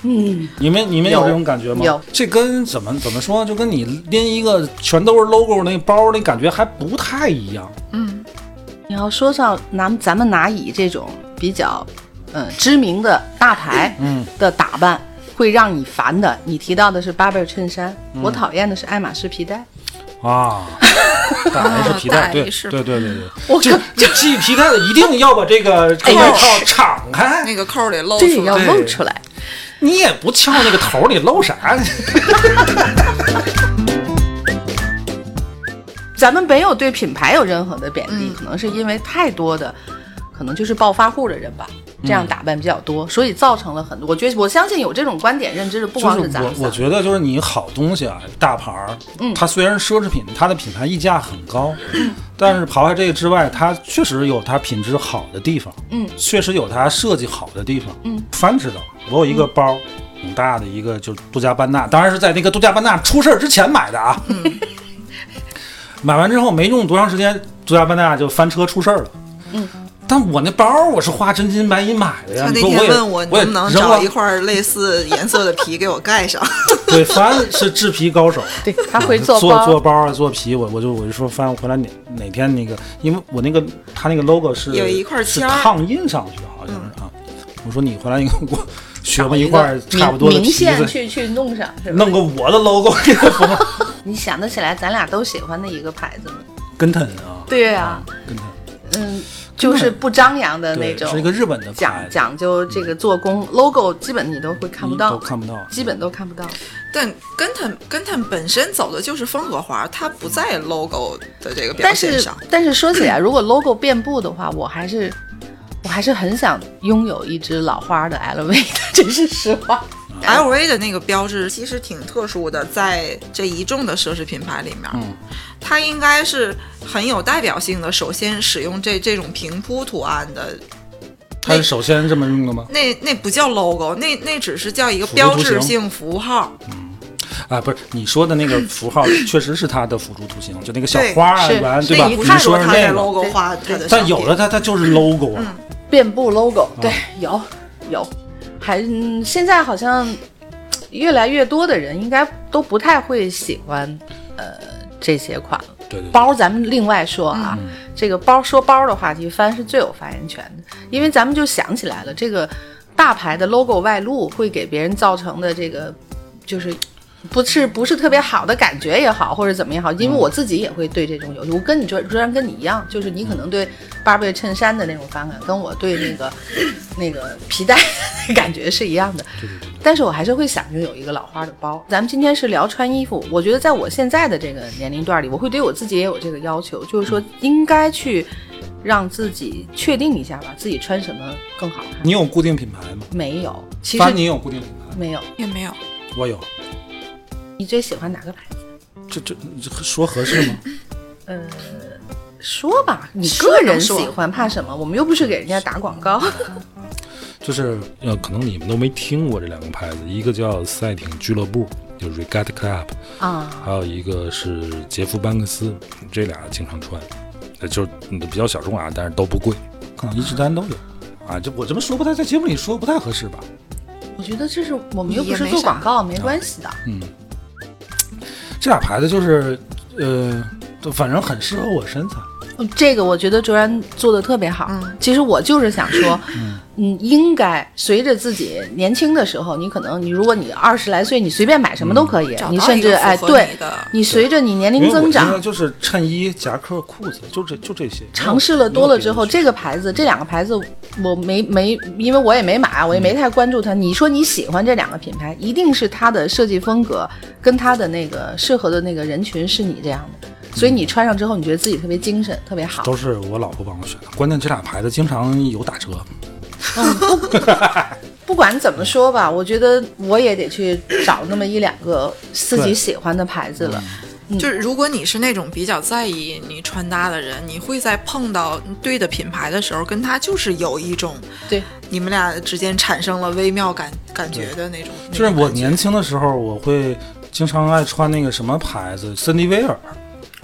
Speaker 2: 嗯，
Speaker 3: 你们你们有
Speaker 2: 有
Speaker 3: 这种感觉吗？
Speaker 2: 有
Speaker 3: 这跟怎么怎么说，就跟你拎一个全都是 logo 那包那感觉还不太一样。
Speaker 4: 嗯
Speaker 2: 你要说到拿咱们拿以这种比较，嗯，知名的大牌
Speaker 3: 嗯
Speaker 2: 的打扮。会让你烦的。你提到的是巴贝尔衬衫，
Speaker 3: 嗯
Speaker 2: 我讨厌的是爱马仕皮带。
Speaker 3: 啊，大 S 皮带，
Speaker 4: 大
Speaker 3: 对
Speaker 4: S
Speaker 3: 对对对对，
Speaker 2: 我
Speaker 3: 就就系皮带的一定要把这个口
Speaker 2: 哎呦
Speaker 3: 罩敞开，
Speaker 1: 那个扣儿得露
Speaker 2: 这
Speaker 1: 出
Speaker 2: 个要
Speaker 1: 来，
Speaker 2: 露出来。
Speaker 3: 你也不翘那个头儿，你露啥？
Speaker 2: 咱们没有对品牌有任何的贬低，可能是因为太多的，可能就是暴发户的人吧，这样打扮比较多，所以造成了很多。我觉得我相信有这种观点认知的，不光
Speaker 3: 就是
Speaker 2: 咱们
Speaker 3: 我
Speaker 2: 仨。
Speaker 3: 我觉得就是你好东西啊，大牌儿，
Speaker 1: 嗯
Speaker 3: 它虽然奢侈品，它的品牌溢价很高，但是刨开这个之外，它确实有它品质好的地方，
Speaker 2: 嗯，
Speaker 3: 确实有它设计好的地方，
Speaker 2: 嗯，
Speaker 3: 翻知道，我有
Speaker 1: 嗯
Speaker 3: 一个包。挺大的一个，就是杜嘉班纳，当然是在那个杜嘉班纳出事儿之前买的啊。
Speaker 1: 嗯
Speaker 3: 买完之后没用多长时间，杜嘉班纳就翻车出事儿了。
Speaker 2: 嗯，
Speaker 3: 但我那包儿我是花真金白银买的呀。
Speaker 1: 他那
Speaker 3: 你说
Speaker 1: 天
Speaker 3: 也
Speaker 1: 问我，
Speaker 3: 我
Speaker 1: 你
Speaker 3: 也
Speaker 1: 能不能
Speaker 3: 扔
Speaker 1: 找
Speaker 3: 了
Speaker 1: 一块儿类似颜色的皮给我盖上？
Speaker 3: 对，帆是制皮高手，嗯
Speaker 2: 对他会做
Speaker 3: 做
Speaker 2: 包，
Speaker 3: 做包啊，做皮，我我就我就说帆，我回来哪哪天那个，因为我那个他那个 logo 是
Speaker 1: 有一块
Speaker 3: 是
Speaker 1: 签儿
Speaker 3: 烫印上去的，好像是啊。我说你回来你给我学吧一块儿
Speaker 2: 明
Speaker 3: 差不多的皮
Speaker 2: 明线
Speaker 3: 子，
Speaker 2: 去去弄上是吧？
Speaker 3: 弄个我的 logo 给他缝。
Speaker 2: 你想得起来咱俩都喜欢的一个牌子吗？
Speaker 3: 跟腾啊，
Speaker 2: 对啊，
Speaker 3: 跟腾，
Speaker 2: 嗯，就是不张扬的那种，
Speaker 3: 对是一个日本的牌
Speaker 2: 讲
Speaker 3: 子
Speaker 2: 讲究这个做工、l o g o 基本你都会看不
Speaker 3: 嗯
Speaker 2: 到
Speaker 3: 都，看不到，
Speaker 2: 基本都看不到。
Speaker 4: 但跟他跟他本身走的就是风格化，它不在 logo 的这个表
Speaker 2: 但
Speaker 4: 现
Speaker 2: 是
Speaker 4: 上。
Speaker 2: 但是说起 来，如果 logo 遍布的话，我还是我还是很想拥有一只老花的 LV 的， 这是实话。
Speaker 4: LV
Speaker 1: 的那个标志其实挺特殊的，在这一众的奢侈品牌里面，
Speaker 3: 嗯
Speaker 1: 它应该是很有代表性的。首先使用这这种平铺图案的，
Speaker 3: 它是首先这么用的吗？
Speaker 1: 那那不叫 logo，那那只是叫一个
Speaker 3: 辅助图
Speaker 1: 标
Speaker 3: 形
Speaker 1: 志性符号。
Speaker 3: 啊，不是，你说的那个符号确实是它的辅助图形，就那个小花啊，
Speaker 2: 是
Speaker 3: 圆
Speaker 1: 那
Speaker 3: 对吧？
Speaker 1: 一
Speaker 3: 你
Speaker 1: 看出
Speaker 3: 说是
Speaker 1: 它
Speaker 3: 那
Speaker 1: 在
Speaker 3: 个，
Speaker 1: logo
Speaker 2: 对
Speaker 1: 化它的商品，
Speaker 3: 但有的它它就是 logo 啊，
Speaker 2: 遍布 logo，对，
Speaker 4: 哦
Speaker 2: 有有，还嗯现在好像越来越多的人应该都不太会喜欢呃这些款了。
Speaker 3: 对对对，
Speaker 2: 包咱们另外说啊，
Speaker 4: 嗯
Speaker 2: 这个包说包的话题，帆是最有发言权的，因为咱们就想起来了，这个大牌的 logo 外露会给别人造成的这个就是。不是不是特别好的感觉也好，或者怎么也好，
Speaker 3: 嗯
Speaker 2: 因为我自己也会对这种有，我跟你说，虽然跟你一样，就是你可能对八倍衬衫的那种反感，跟我对 那个那个皮带感觉是一样的。但是我还是会想拥有一个老花的包。咱们今天是聊穿衣服，我觉得在我现在的这个年龄段里，我会对我自己也有这个要求，就是说应该去让自己确定一下吧，自己穿什么更好看。
Speaker 3: 你有固定品牌吗？
Speaker 2: 没有，其实
Speaker 3: 凡你有固定品牌，
Speaker 2: 没有。
Speaker 4: 也没有，
Speaker 3: 我有，
Speaker 2: 你最喜欢哪个牌子？
Speaker 3: 这这这说合适 吗？
Speaker 2: 说吧，你
Speaker 4: 是
Speaker 2: 个人
Speaker 4: 能说
Speaker 2: 喜欢怕什么？我们又不是给人家打广告。
Speaker 5: 就是呃，可能你们都没听过这两个牌子，一个叫赛艇俱乐部，就是 Regatta Club，
Speaker 2: 啊，
Speaker 5: 还有一个是杰夫班克斯，这俩经常穿，呃就是嗯比较小众啊，但是都不贵
Speaker 3: 可能一直单都有啊，这我这么说不太在节目里说不太合适吧？
Speaker 2: 我觉得这是我们又不
Speaker 4: 也
Speaker 2: 是
Speaker 4: 没
Speaker 2: 做
Speaker 4: 啥嗯
Speaker 2: 广告，没关系的。
Speaker 3: 这俩牌子就是呃，就反正很适合我身材。
Speaker 2: 嗯这个我觉得卓然做的特别好。
Speaker 4: 嗯
Speaker 2: 其实我就是想说，嗯，应该随着自己年轻的时候，你可能你如果你二十来岁，你随便买什么都可以，
Speaker 4: 嗯找
Speaker 2: 你
Speaker 4: 到
Speaker 2: 甚
Speaker 4: 一个
Speaker 2: 至
Speaker 4: 符
Speaker 2: 哎，
Speaker 4: 合
Speaker 2: 对
Speaker 4: 你的
Speaker 2: 你随着你年
Speaker 3: 因为
Speaker 2: 龄
Speaker 3: 我
Speaker 2: 增
Speaker 3: 现在
Speaker 2: 长，
Speaker 3: 就是衬衣、夹克、裤子，就这就这些。
Speaker 2: 尝试了多了之后，
Speaker 3: 没有别的
Speaker 2: 这个牌子这两个牌子我没没，因为我也没买，我也没太关注它。你说你喜欢这两个品牌，一定是它的设计风格跟它的那个适合的那个人群是你这样的，所以你穿上之后，你觉得自己特别精神，特别好。
Speaker 3: 都是我老婆帮我选的，关键这俩牌子经常有打折。
Speaker 2: 不管怎么说吧，我觉得我也得去找那么一两个自己喜欢的牌子了。
Speaker 4: 就是如果你是那种比较在意你穿搭的人，你会在碰到对的品牌的时候，跟他就是有一种
Speaker 2: 对，
Speaker 1: 你们俩之间产生了微妙感感觉
Speaker 4: 觉得那种。
Speaker 3: 就是我年轻的时候，我会经常爱穿那个什么牌子，森迪威尔，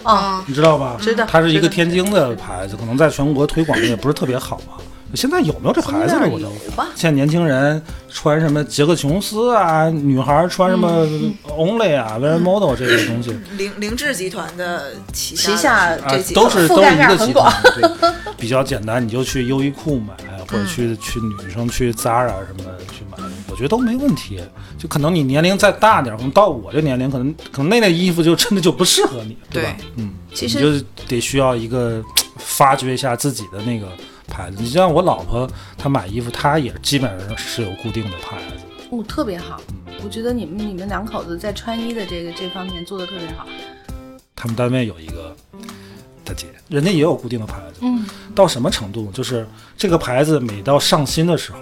Speaker 1: 嗯
Speaker 2: 哦，
Speaker 3: 你知道吧？
Speaker 2: 知道
Speaker 3: 它是一
Speaker 2: 知
Speaker 3: 个
Speaker 2: 道
Speaker 3: 天津的牌子，可能在全国推广的也不是特别好啊。现在有没有这牌子了？我就
Speaker 2: 有吧
Speaker 3: 现在年轻人穿什么杰克琼斯啊，女孩穿什么
Speaker 2: 嗯
Speaker 3: Only 啊、v e r Model 这些东西，
Speaker 1: 凌凌志集团的旗
Speaker 2: 旗下
Speaker 3: 啊
Speaker 2: 这几，个
Speaker 3: 都是
Speaker 2: 覆
Speaker 3: 都是
Speaker 2: 盖
Speaker 3: 一
Speaker 2: 面
Speaker 3: 个
Speaker 2: 很
Speaker 3: 集
Speaker 2: 广
Speaker 3: 团。， 对，嗯比较简单，你就去优衣库买，或者去去女生去 Zara 什么去买，我觉得都没问题。就可能你年龄再大点儿，可能到我这年龄，可能可能那类衣服就真的就不适合你，对吧？
Speaker 4: 对
Speaker 3: 嗯，
Speaker 2: 其
Speaker 3: 你
Speaker 2: 实
Speaker 3: 就得需要一个发掘一下自己的那个牌子。你像我老婆，她买衣服，她也基本上是有固定的牌子。
Speaker 2: 哦，特别好。我觉得你们你们两口子在穿衣的这个这方面做的特别好。
Speaker 3: 他们单位有一个大姐，
Speaker 4: 嗯
Speaker 3: 人家也有固定的牌子。
Speaker 2: 嗯，
Speaker 3: 到什么程度？就是这个牌子每到上新的时候，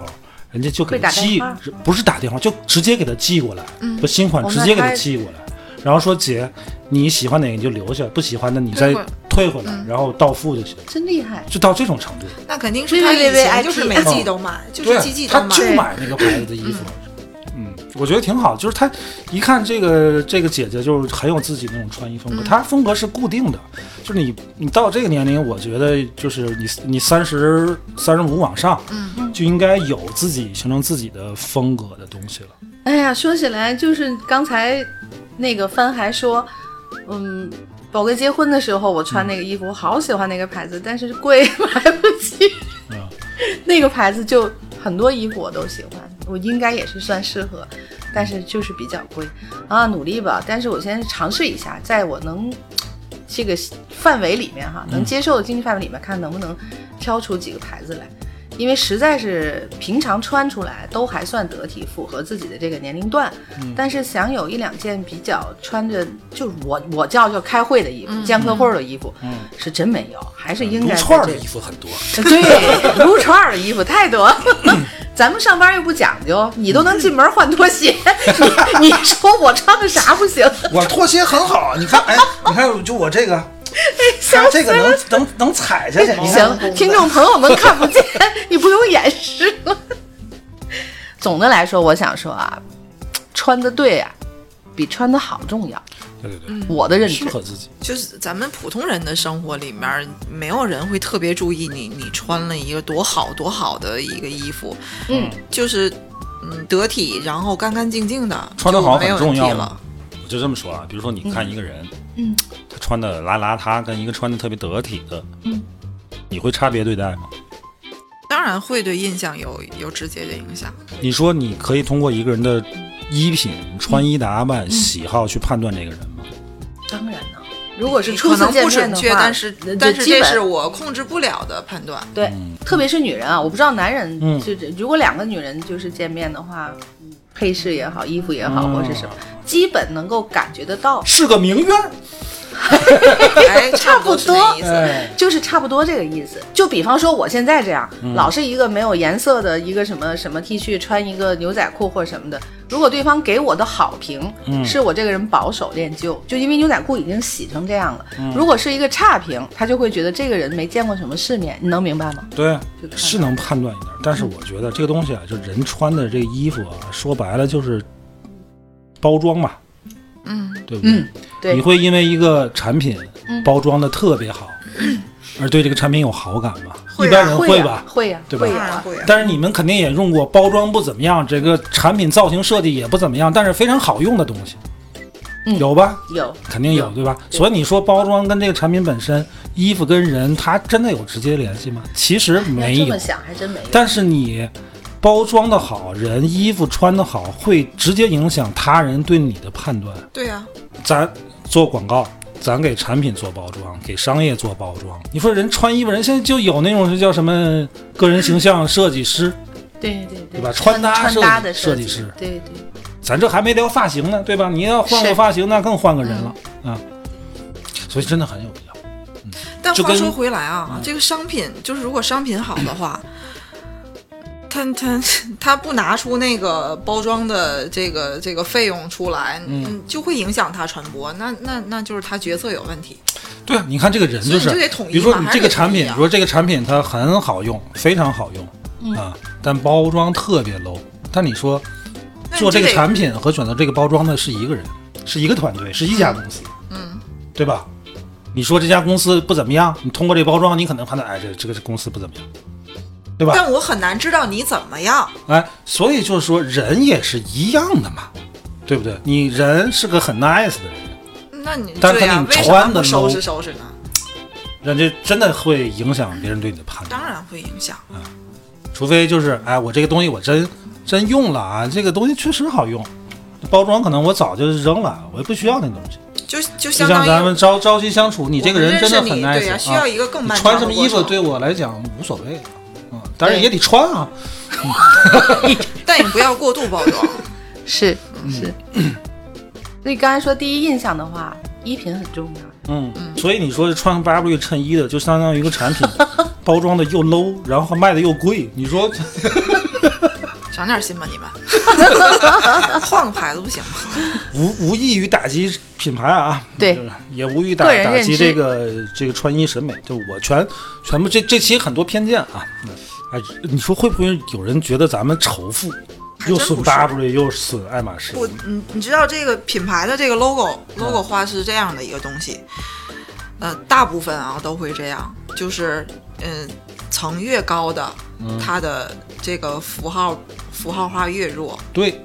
Speaker 3: 人家就给
Speaker 2: 会打
Speaker 3: 寄
Speaker 2: 电话，
Speaker 3: 不是打电话，就直接给他寄过来，
Speaker 4: 嗯
Speaker 3: 就新款
Speaker 2: 哦
Speaker 3: 直接给
Speaker 2: 那
Speaker 3: 他
Speaker 2: 他
Speaker 3: 寄过来，然后说姐，你喜欢哪个你就留下，不喜欢的你再
Speaker 4: 退回嗯
Speaker 3: 退回来，然后到付就行，
Speaker 2: 真厉害。
Speaker 3: 就到这种程度。
Speaker 4: 那肯定
Speaker 1: 是他以前
Speaker 2: VVVIP
Speaker 1: 就是每季都买，
Speaker 2: 嗯
Speaker 1: 就是季季
Speaker 3: 对，
Speaker 1: 都
Speaker 3: 他
Speaker 1: 买。
Speaker 3: 就买那个牌子的衣服。嗯，我觉得挺好，就是他一看这个这个姐姐就是很有自己那种穿衣风格，她风格是固定的，就是你你到这个年龄，我觉得就是你你三十三十五往上，嗯，就应该有自己形成自己的风格的东西了。
Speaker 2: 哎呀，说起来就是刚才那个帆还说，嗯，宝哥结婚的时候我穿那个衣服，我好喜欢那个牌子，但是贵 买不起。那个牌子就很多衣服我都喜欢，我应该也是算适合，但是就是比较贵啊，努力吧。但是我先尝试一下，在我能这个范围里面哈，
Speaker 3: 嗯
Speaker 2: 能接受的经济范围里面，看能不能挑出几个牌子来。因为实在是平常穿出来都还算得体，符合自己的这个年龄段，
Speaker 3: 嗯
Speaker 2: 但是想有一两件比较穿着就是我我叫叫开会的衣
Speaker 3: 嗯
Speaker 2: 服、见客户的衣服，
Speaker 6: 嗯
Speaker 2: 是真没有，还是应
Speaker 3: 撸
Speaker 2: 该在
Speaker 3: 串儿
Speaker 2: 这
Speaker 3: 的
Speaker 2: 个
Speaker 3: 衣服很多，
Speaker 2: 对，撸串儿的衣服太多了。 咱们上班又不讲究，你都能进门换拖鞋，你你说我穿个啥不行？
Speaker 6: 我拖鞋很好，你看，哎，你看，就我这 个，
Speaker 3: 哎
Speaker 6: 看这个能能能踩下去，你看，
Speaker 2: 行，听众朋友们看不见， 你不用演示了。总的来说，我想说啊，穿的对啊，比穿的好重要。
Speaker 3: 对对对，
Speaker 2: 我的认知
Speaker 3: 适，合自己。
Speaker 1: 就是咱们普通人的生活里面，没有人会特别注意你你穿了一个多好多好的一个衣服，
Speaker 2: 嗯，
Speaker 1: 就是嗯得体，然后干干净净的，
Speaker 6: 穿得好
Speaker 1: 就
Speaker 6: 很
Speaker 1: 没有
Speaker 6: 重
Speaker 1: 问题
Speaker 6: 要吗
Speaker 1: 了。？
Speaker 3: 我就这么说啊，比如说
Speaker 2: 嗯
Speaker 3: 你看一个人，他穿的邋邋遢，跟一个穿的特别得体的，
Speaker 2: 嗯
Speaker 3: 你会差别对待吗？
Speaker 1: 当然会对印象有有直接的影响。
Speaker 3: 你说你可以通过一个人的衣品、
Speaker 2: 嗯
Speaker 3: 穿衣打扮、喜好去判断这个人吗？
Speaker 2: 当然呢，如果是
Speaker 1: 你
Speaker 2: 初
Speaker 1: 可
Speaker 2: 次
Speaker 1: 能
Speaker 2: 见
Speaker 1: 不
Speaker 2: 面
Speaker 1: 准
Speaker 2: 的话，
Speaker 1: 确，但是
Speaker 2: 呃
Speaker 1: 但
Speaker 2: 就是基
Speaker 1: 这
Speaker 2: 本
Speaker 1: 是我控制不了的判 断。
Speaker 2: 对，特别是女人啊，我不知道男人
Speaker 3: 嗯
Speaker 2: 就是、如果两个女人就是见面的话，嗯配饰也好，衣服也好，
Speaker 3: 嗯
Speaker 2: 或是什么，基本能够感觉得到，
Speaker 6: 是个名媛，
Speaker 1: 哎，差不多是那意思。
Speaker 6: 哎，
Speaker 2: 就是差不多这个意思。就比方说我现在这样，
Speaker 3: 嗯
Speaker 2: 老是一个没有颜色的一个什么什么 T 恤，穿一个牛仔裤或什么的，如果对方给我的好评、
Speaker 3: 嗯
Speaker 2: 是我这个人保守恋旧，就因为牛仔裤已经洗成这样了，
Speaker 3: 嗯
Speaker 2: 如果是一个差评，他就会觉得这个人没见过什么世面，你能明白吗？
Speaker 3: 对啊
Speaker 2: 就，看嗯
Speaker 3: 是能判断一点，但是我觉得这个东西啊，就人穿的这个衣服啊，说白了就是包装嘛，
Speaker 1: 嗯，
Speaker 3: 对不对？
Speaker 2: 嗯对嗯
Speaker 3: 你会因为一个产品包装的特别好，而对这个产品有好感吗？
Speaker 1: 会啊
Speaker 3: 一般人
Speaker 2: 会呀
Speaker 3: 吧？
Speaker 2: 会呀、
Speaker 3: 对吧
Speaker 2: 会
Speaker 1: 当
Speaker 2: 呀、
Speaker 1: 然会啊。
Speaker 3: 但是你们肯定也用过包装不怎么样，这个产品造型设计也不怎么样，但是非常好用的东西，
Speaker 2: 嗯
Speaker 3: 有吧？
Speaker 2: 有。
Speaker 3: 肯定有，
Speaker 2: 有
Speaker 3: 对吧？
Speaker 2: 对
Speaker 3: 所以你说包装跟这个产品本身，衣服跟人，它真的有直接联系吗？其实没有
Speaker 2: 要这么。想还真没有。
Speaker 3: 但是你包装的好，人衣服穿的好，会直接影响他人对你的判断。
Speaker 1: 对呀、
Speaker 3: 咱做广告，咱给产品做包装，给商业做包装。你说人穿衣服，人现在就有那种叫什么个人形象设计师，
Speaker 2: 对对对，
Speaker 3: 对吧
Speaker 2: 穿
Speaker 3: 穿搭设计
Speaker 2: 穿搭的
Speaker 3: 设
Speaker 2: 计
Speaker 3: 计师
Speaker 2: 对对，
Speaker 3: 咱这还没聊发型呢，对吧？你要换
Speaker 2: 是
Speaker 3: 个发型，那更换个人了、
Speaker 1: 嗯
Speaker 3: 啊。所以真的很有必要。
Speaker 1: 但
Speaker 3: 就
Speaker 1: 话
Speaker 3: 跟嗯
Speaker 1: 说回来啊，这个商品就是如果商品好的话，他他他不拿出那个包装的这个这个费用出来，嗯，就会影响他传播。那那那就是他决策有问题。
Speaker 3: 对啊，你看这个人就
Speaker 1: 所
Speaker 3: 是
Speaker 1: 以你就得统，一
Speaker 3: 比如说
Speaker 1: 嘛
Speaker 3: 你
Speaker 1: 还是
Speaker 3: 这个
Speaker 1: 得
Speaker 3: 产
Speaker 1: 统一
Speaker 3: 品，
Speaker 1: 啊
Speaker 3: 比如说这个产品它很好用，非常好用、
Speaker 1: 嗯
Speaker 3: 啊，但包装特别 low。但你说
Speaker 1: 那你
Speaker 3: 做这
Speaker 1: 就
Speaker 3: 个
Speaker 1: 得
Speaker 3: 产品和选择这个包装的是一个人，是一个团队，是一家公司，嗯，对吧？你说这家公司不怎么样，你通过这包装，你可能判断，哎，这这个公司不怎么样，对吧？
Speaker 1: 但我很难知道你怎么样。
Speaker 3: 哎，所以就是说，人也是一样的嘛，对不对？你人是个很 nice 的人，
Speaker 1: 那你
Speaker 3: 但是
Speaker 1: 对呀、
Speaker 3: 你
Speaker 1: 为什
Speaker 3: 穿
Speaker 1: 么
Speaker 3: 的
Speaker 1: 不收
Speaker 3: low
Speaker 1: 拾收拾呢？
Speaker 3: 人家真的会影响别人对你的判断。
Speaker 1: 当然会影响。
Speaker 3: 除非就是，哎，我这个东西我真真用了啊，这个东西确实好用，包装可能我早就扔了，我也不需要那东西。
Speaker 1: 就就
Speaker 3: 就
Speaker 1: 相
Speaker 3: 像
Speaker 1: 当于
Speaker 3: 咱们朝朝夕相处，你
Speaker 1: 你
Speaker 3: 这个人真的很
Speaker 1: 对
Speaker 3: nice
Speaker 1: 呀、
Speaker 3: 啊
Speaker 1: 需要一个更
Speaker 3: 你
Speaker 1: 漫
Speaker 3: 穿
Speaker 1: 长
Speaker 3: 什
Speaker 1: 的
Speaker 3: 么
Speaker 1: 过
Speaker 3: 衣服
Speaker 1: 程。
Speaker 3: 对我来讲无所谓，嗯，但是也得穿啊。
Speaker 1: 但也不要过度包装。
Speaker 2: 是
Speaker 3: 嗯
Speaker 2: 是。所以刚才说第一印象的话，衣品很重要。
Speaker 3: 嗯，所以你说穿 W 衬衣的，就相当于一个 产品，包装的又 low，然后卖的又贵。你说
Speaker 1: 长点心吧， 你们。 换个牌子不行吗？
Speaker 3: 无无异于打击品牌啊？
Speaker 2: 对
Speaker 3: 就是也无异于打
Speaker 2: 个人
Speaker 3: 打
Speaker 2: 认
Speaker 3: 击
Speaker 2: 知
Speaker 3: 这个这个穿衣审美。就我全全部这这期很多偏见啊。哎，你说会不会有人觉得咱们仇富，又损
Speaker 1: 还真不是
Speaker 3: W 又损爱马仕？
Speaker 1: 不，你你知道这个品牌的这个 logo logo 画是这样的一个东西，呃，大部分啊都会这样，就是嗯、层越高的，它的这个符号符号化越弱。
Speaker 3: 对，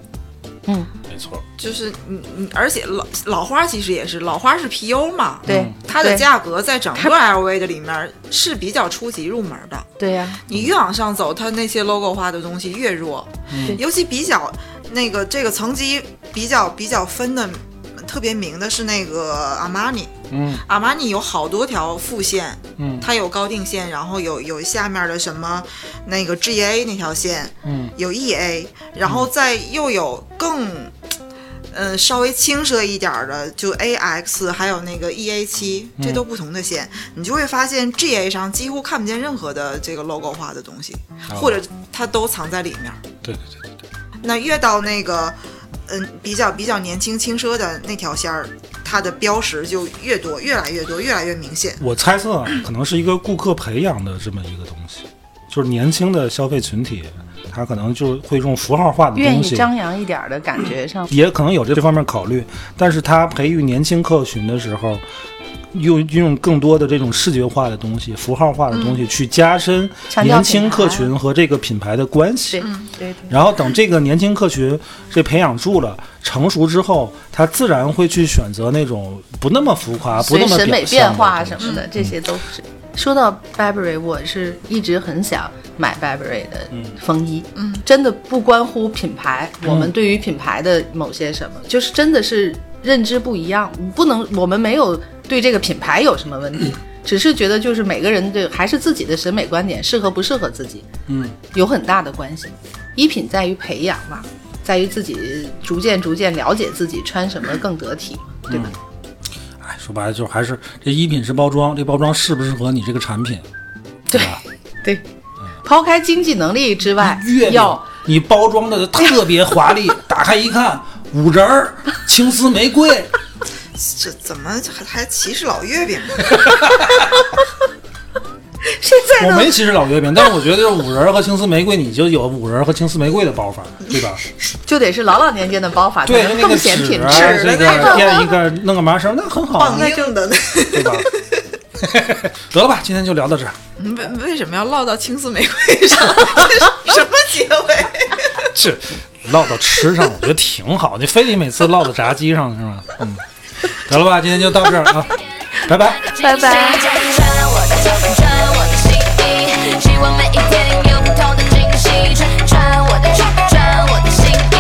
Speaker 2: 嗯，
Speaker 3: 没错。
Speaker 1: 就是你你，而且老老花其实也是，老花是 PU 嘛，
Speaker 3: 嗯
Speaker 2: 对，
Speaker 1: 它的
Speaker 2: 对
Speaker 1: 价格在整个 LV 的里面是比较初级入门的。
Speaker 2: 对呀，
Speaker 1: 你越往上走，它那些 logo 化的东西越弱，
Speaker 2: 嗯
Speaker 1: 尤其比较那个这个层级比较比较分的特别明的是那个阿玛尼，
Speaker 3: 嗯
Speaker 1: 阿玛尼有好多条副线，
Speaker 3: 嗯
Speaker 1: 它有高定线，然后有有下面的什么那个 GA 那条线，
Speaker 3: 嗯，
Speaker 1: 有 EA，然后再又有更，嗯、稍微轻奢一点儿的，就 AX，还有那个 EA 七，这都不同的线，你就会发现 GA 上几乎看不见任何的这个 logo 化的东西，
Speaker 3: 嗯
Speaker 1: 或者它都藏在里面。
Speaker 3: 啊对对对对对，
Speaker 1: 那越到那个，嗯，比较比较年轻轻奢的那条线儿，它的标识就越多，越来越多，越来越明显。
Speaker 3: 我猜测啊，可能是一个顾客培养的这么一个东西，就是年轻的消费群体，他可能就会用符号化的
Speaker 2: 愿
Speaker 3: 东
Speaker 2: 意
Speaker 3: 西，嗯
Speaker 2: 张扬一点儿的感觉上，
Speaker 3: 也可能有这方面考虑，但是他培育年轻客群的时候。用运用更多的这种视觉化的东西、符号化的东西，去加深
Speaker 2: 强调
Speaker 3: 年轻
Speaker 2: 品牌
Speaker 3: 客群和这个品牌的关系。
Speaker 2: 对对对，
Speaker 3: 然后等这个年轻客群这培养住了、成熟之后，他自然会去选择那种不那么浮夸、啊不
Speaker 2: 所
Speaker 3: 那
Speaker 2: 以
Speaker 3: 么
Speaker 2: 审美
Speaker 3: 表
Speaker 2: 变
Speaker 3: 象的
Speaker 2: 化
Speaker 3: 东
Speaker 2: 什
Speaker 3: 西
Speaker 2: 么的，这些都是。说到 Burberry，我是一直很想买 Burberry 的风衣，嗯，真的不关乎品牌，
Speaker 3: 嗯
Speaker 2: 我们对于品牌的某些什么，就是真的是认知不一样，不能，我们没有对这个品牌有什么问 题，只是觉得就是每个人的还是自己的审美观点适合不适合自己，
Speaker 3: 嗯，
Speaker 2: 有很大的关系。衣品在于培养嘛，在于自己逐渐逐渐了解自己穿什么更得体，对吧？
Speaker 3: 哎，说白了就是还是这衣品是包装，这包装适不适合你这个产品，对吧？
Speaker 2: 对，
Speaker 3: 嗯
Speaker 2: 抛开经济能力之外
Speaker 3: 月，饼
Speaker 2: 要
Speaker 3: 你包装的特别华 丽，打开一看，五仁儿、青丝玫 瑰，
Speaker 1: 这怎么还还歧视老月饼呢？
Speaker 2: 现在
Speaker 3: 我
Speaker 2: 呢，
Speaker 3: 没歧视老月饼，但是我觉得就是五仁儿和青丝玫瑰，你就有五仁儿和青丝玫瑰的包法，对 吧？
Speaker 2: 就得是老老年间的包法，
Speaker 3: 对，
Speaker 2: 才能
Speaker 3: 那个
Speaker 2: 更显
Speaker 3: 纸
Speaker 2: 品
Speaker 3: 啊，
Speaker 2: 质。
Speaker 3: 这个垫一个弄个麻绳，那很好啊，
Speaker 1: 棒硬的呢？
Speaker 3: 对吧？ 得了吧，今天就聊到这儿。
Speaker 1: 为为什么要落到青丝玫瑰上？ 这是什么结尾？
Speaker 3: 是唠到吃上，我觉得挺好。你非得每次唠到炸鸡上是吗？嗯，得了吧，今天就到这儿啊，拜拜。
Speaker 2: 拜拜。
Speaker 7: 穿我的秋裤，穿我的新衣，希望每一天有不同的惊喜。穿穿我的秋裤，穿我的新衣，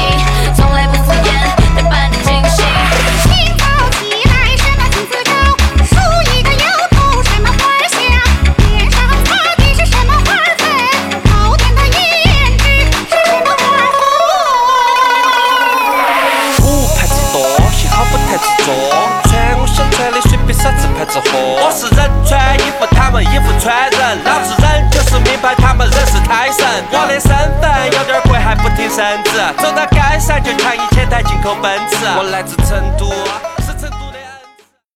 Speaker 7: 从来不敷衍，打扮的精细。清早起来，什么青丝高，梳一个油头，什么花香，脸上擦的是什么花粉，头点的胭脂是什么花红。
Speaker 8: 舞牌子多，幸好不太执着。穿我想穿的，随便啥子牌子货。我是人穿衣服，他们衣服穿人。老子人就是名牌，他们人是胎神。我的身份有点贵，还不听绳子。走到街上就像以前台进口奔驰。我来自成都。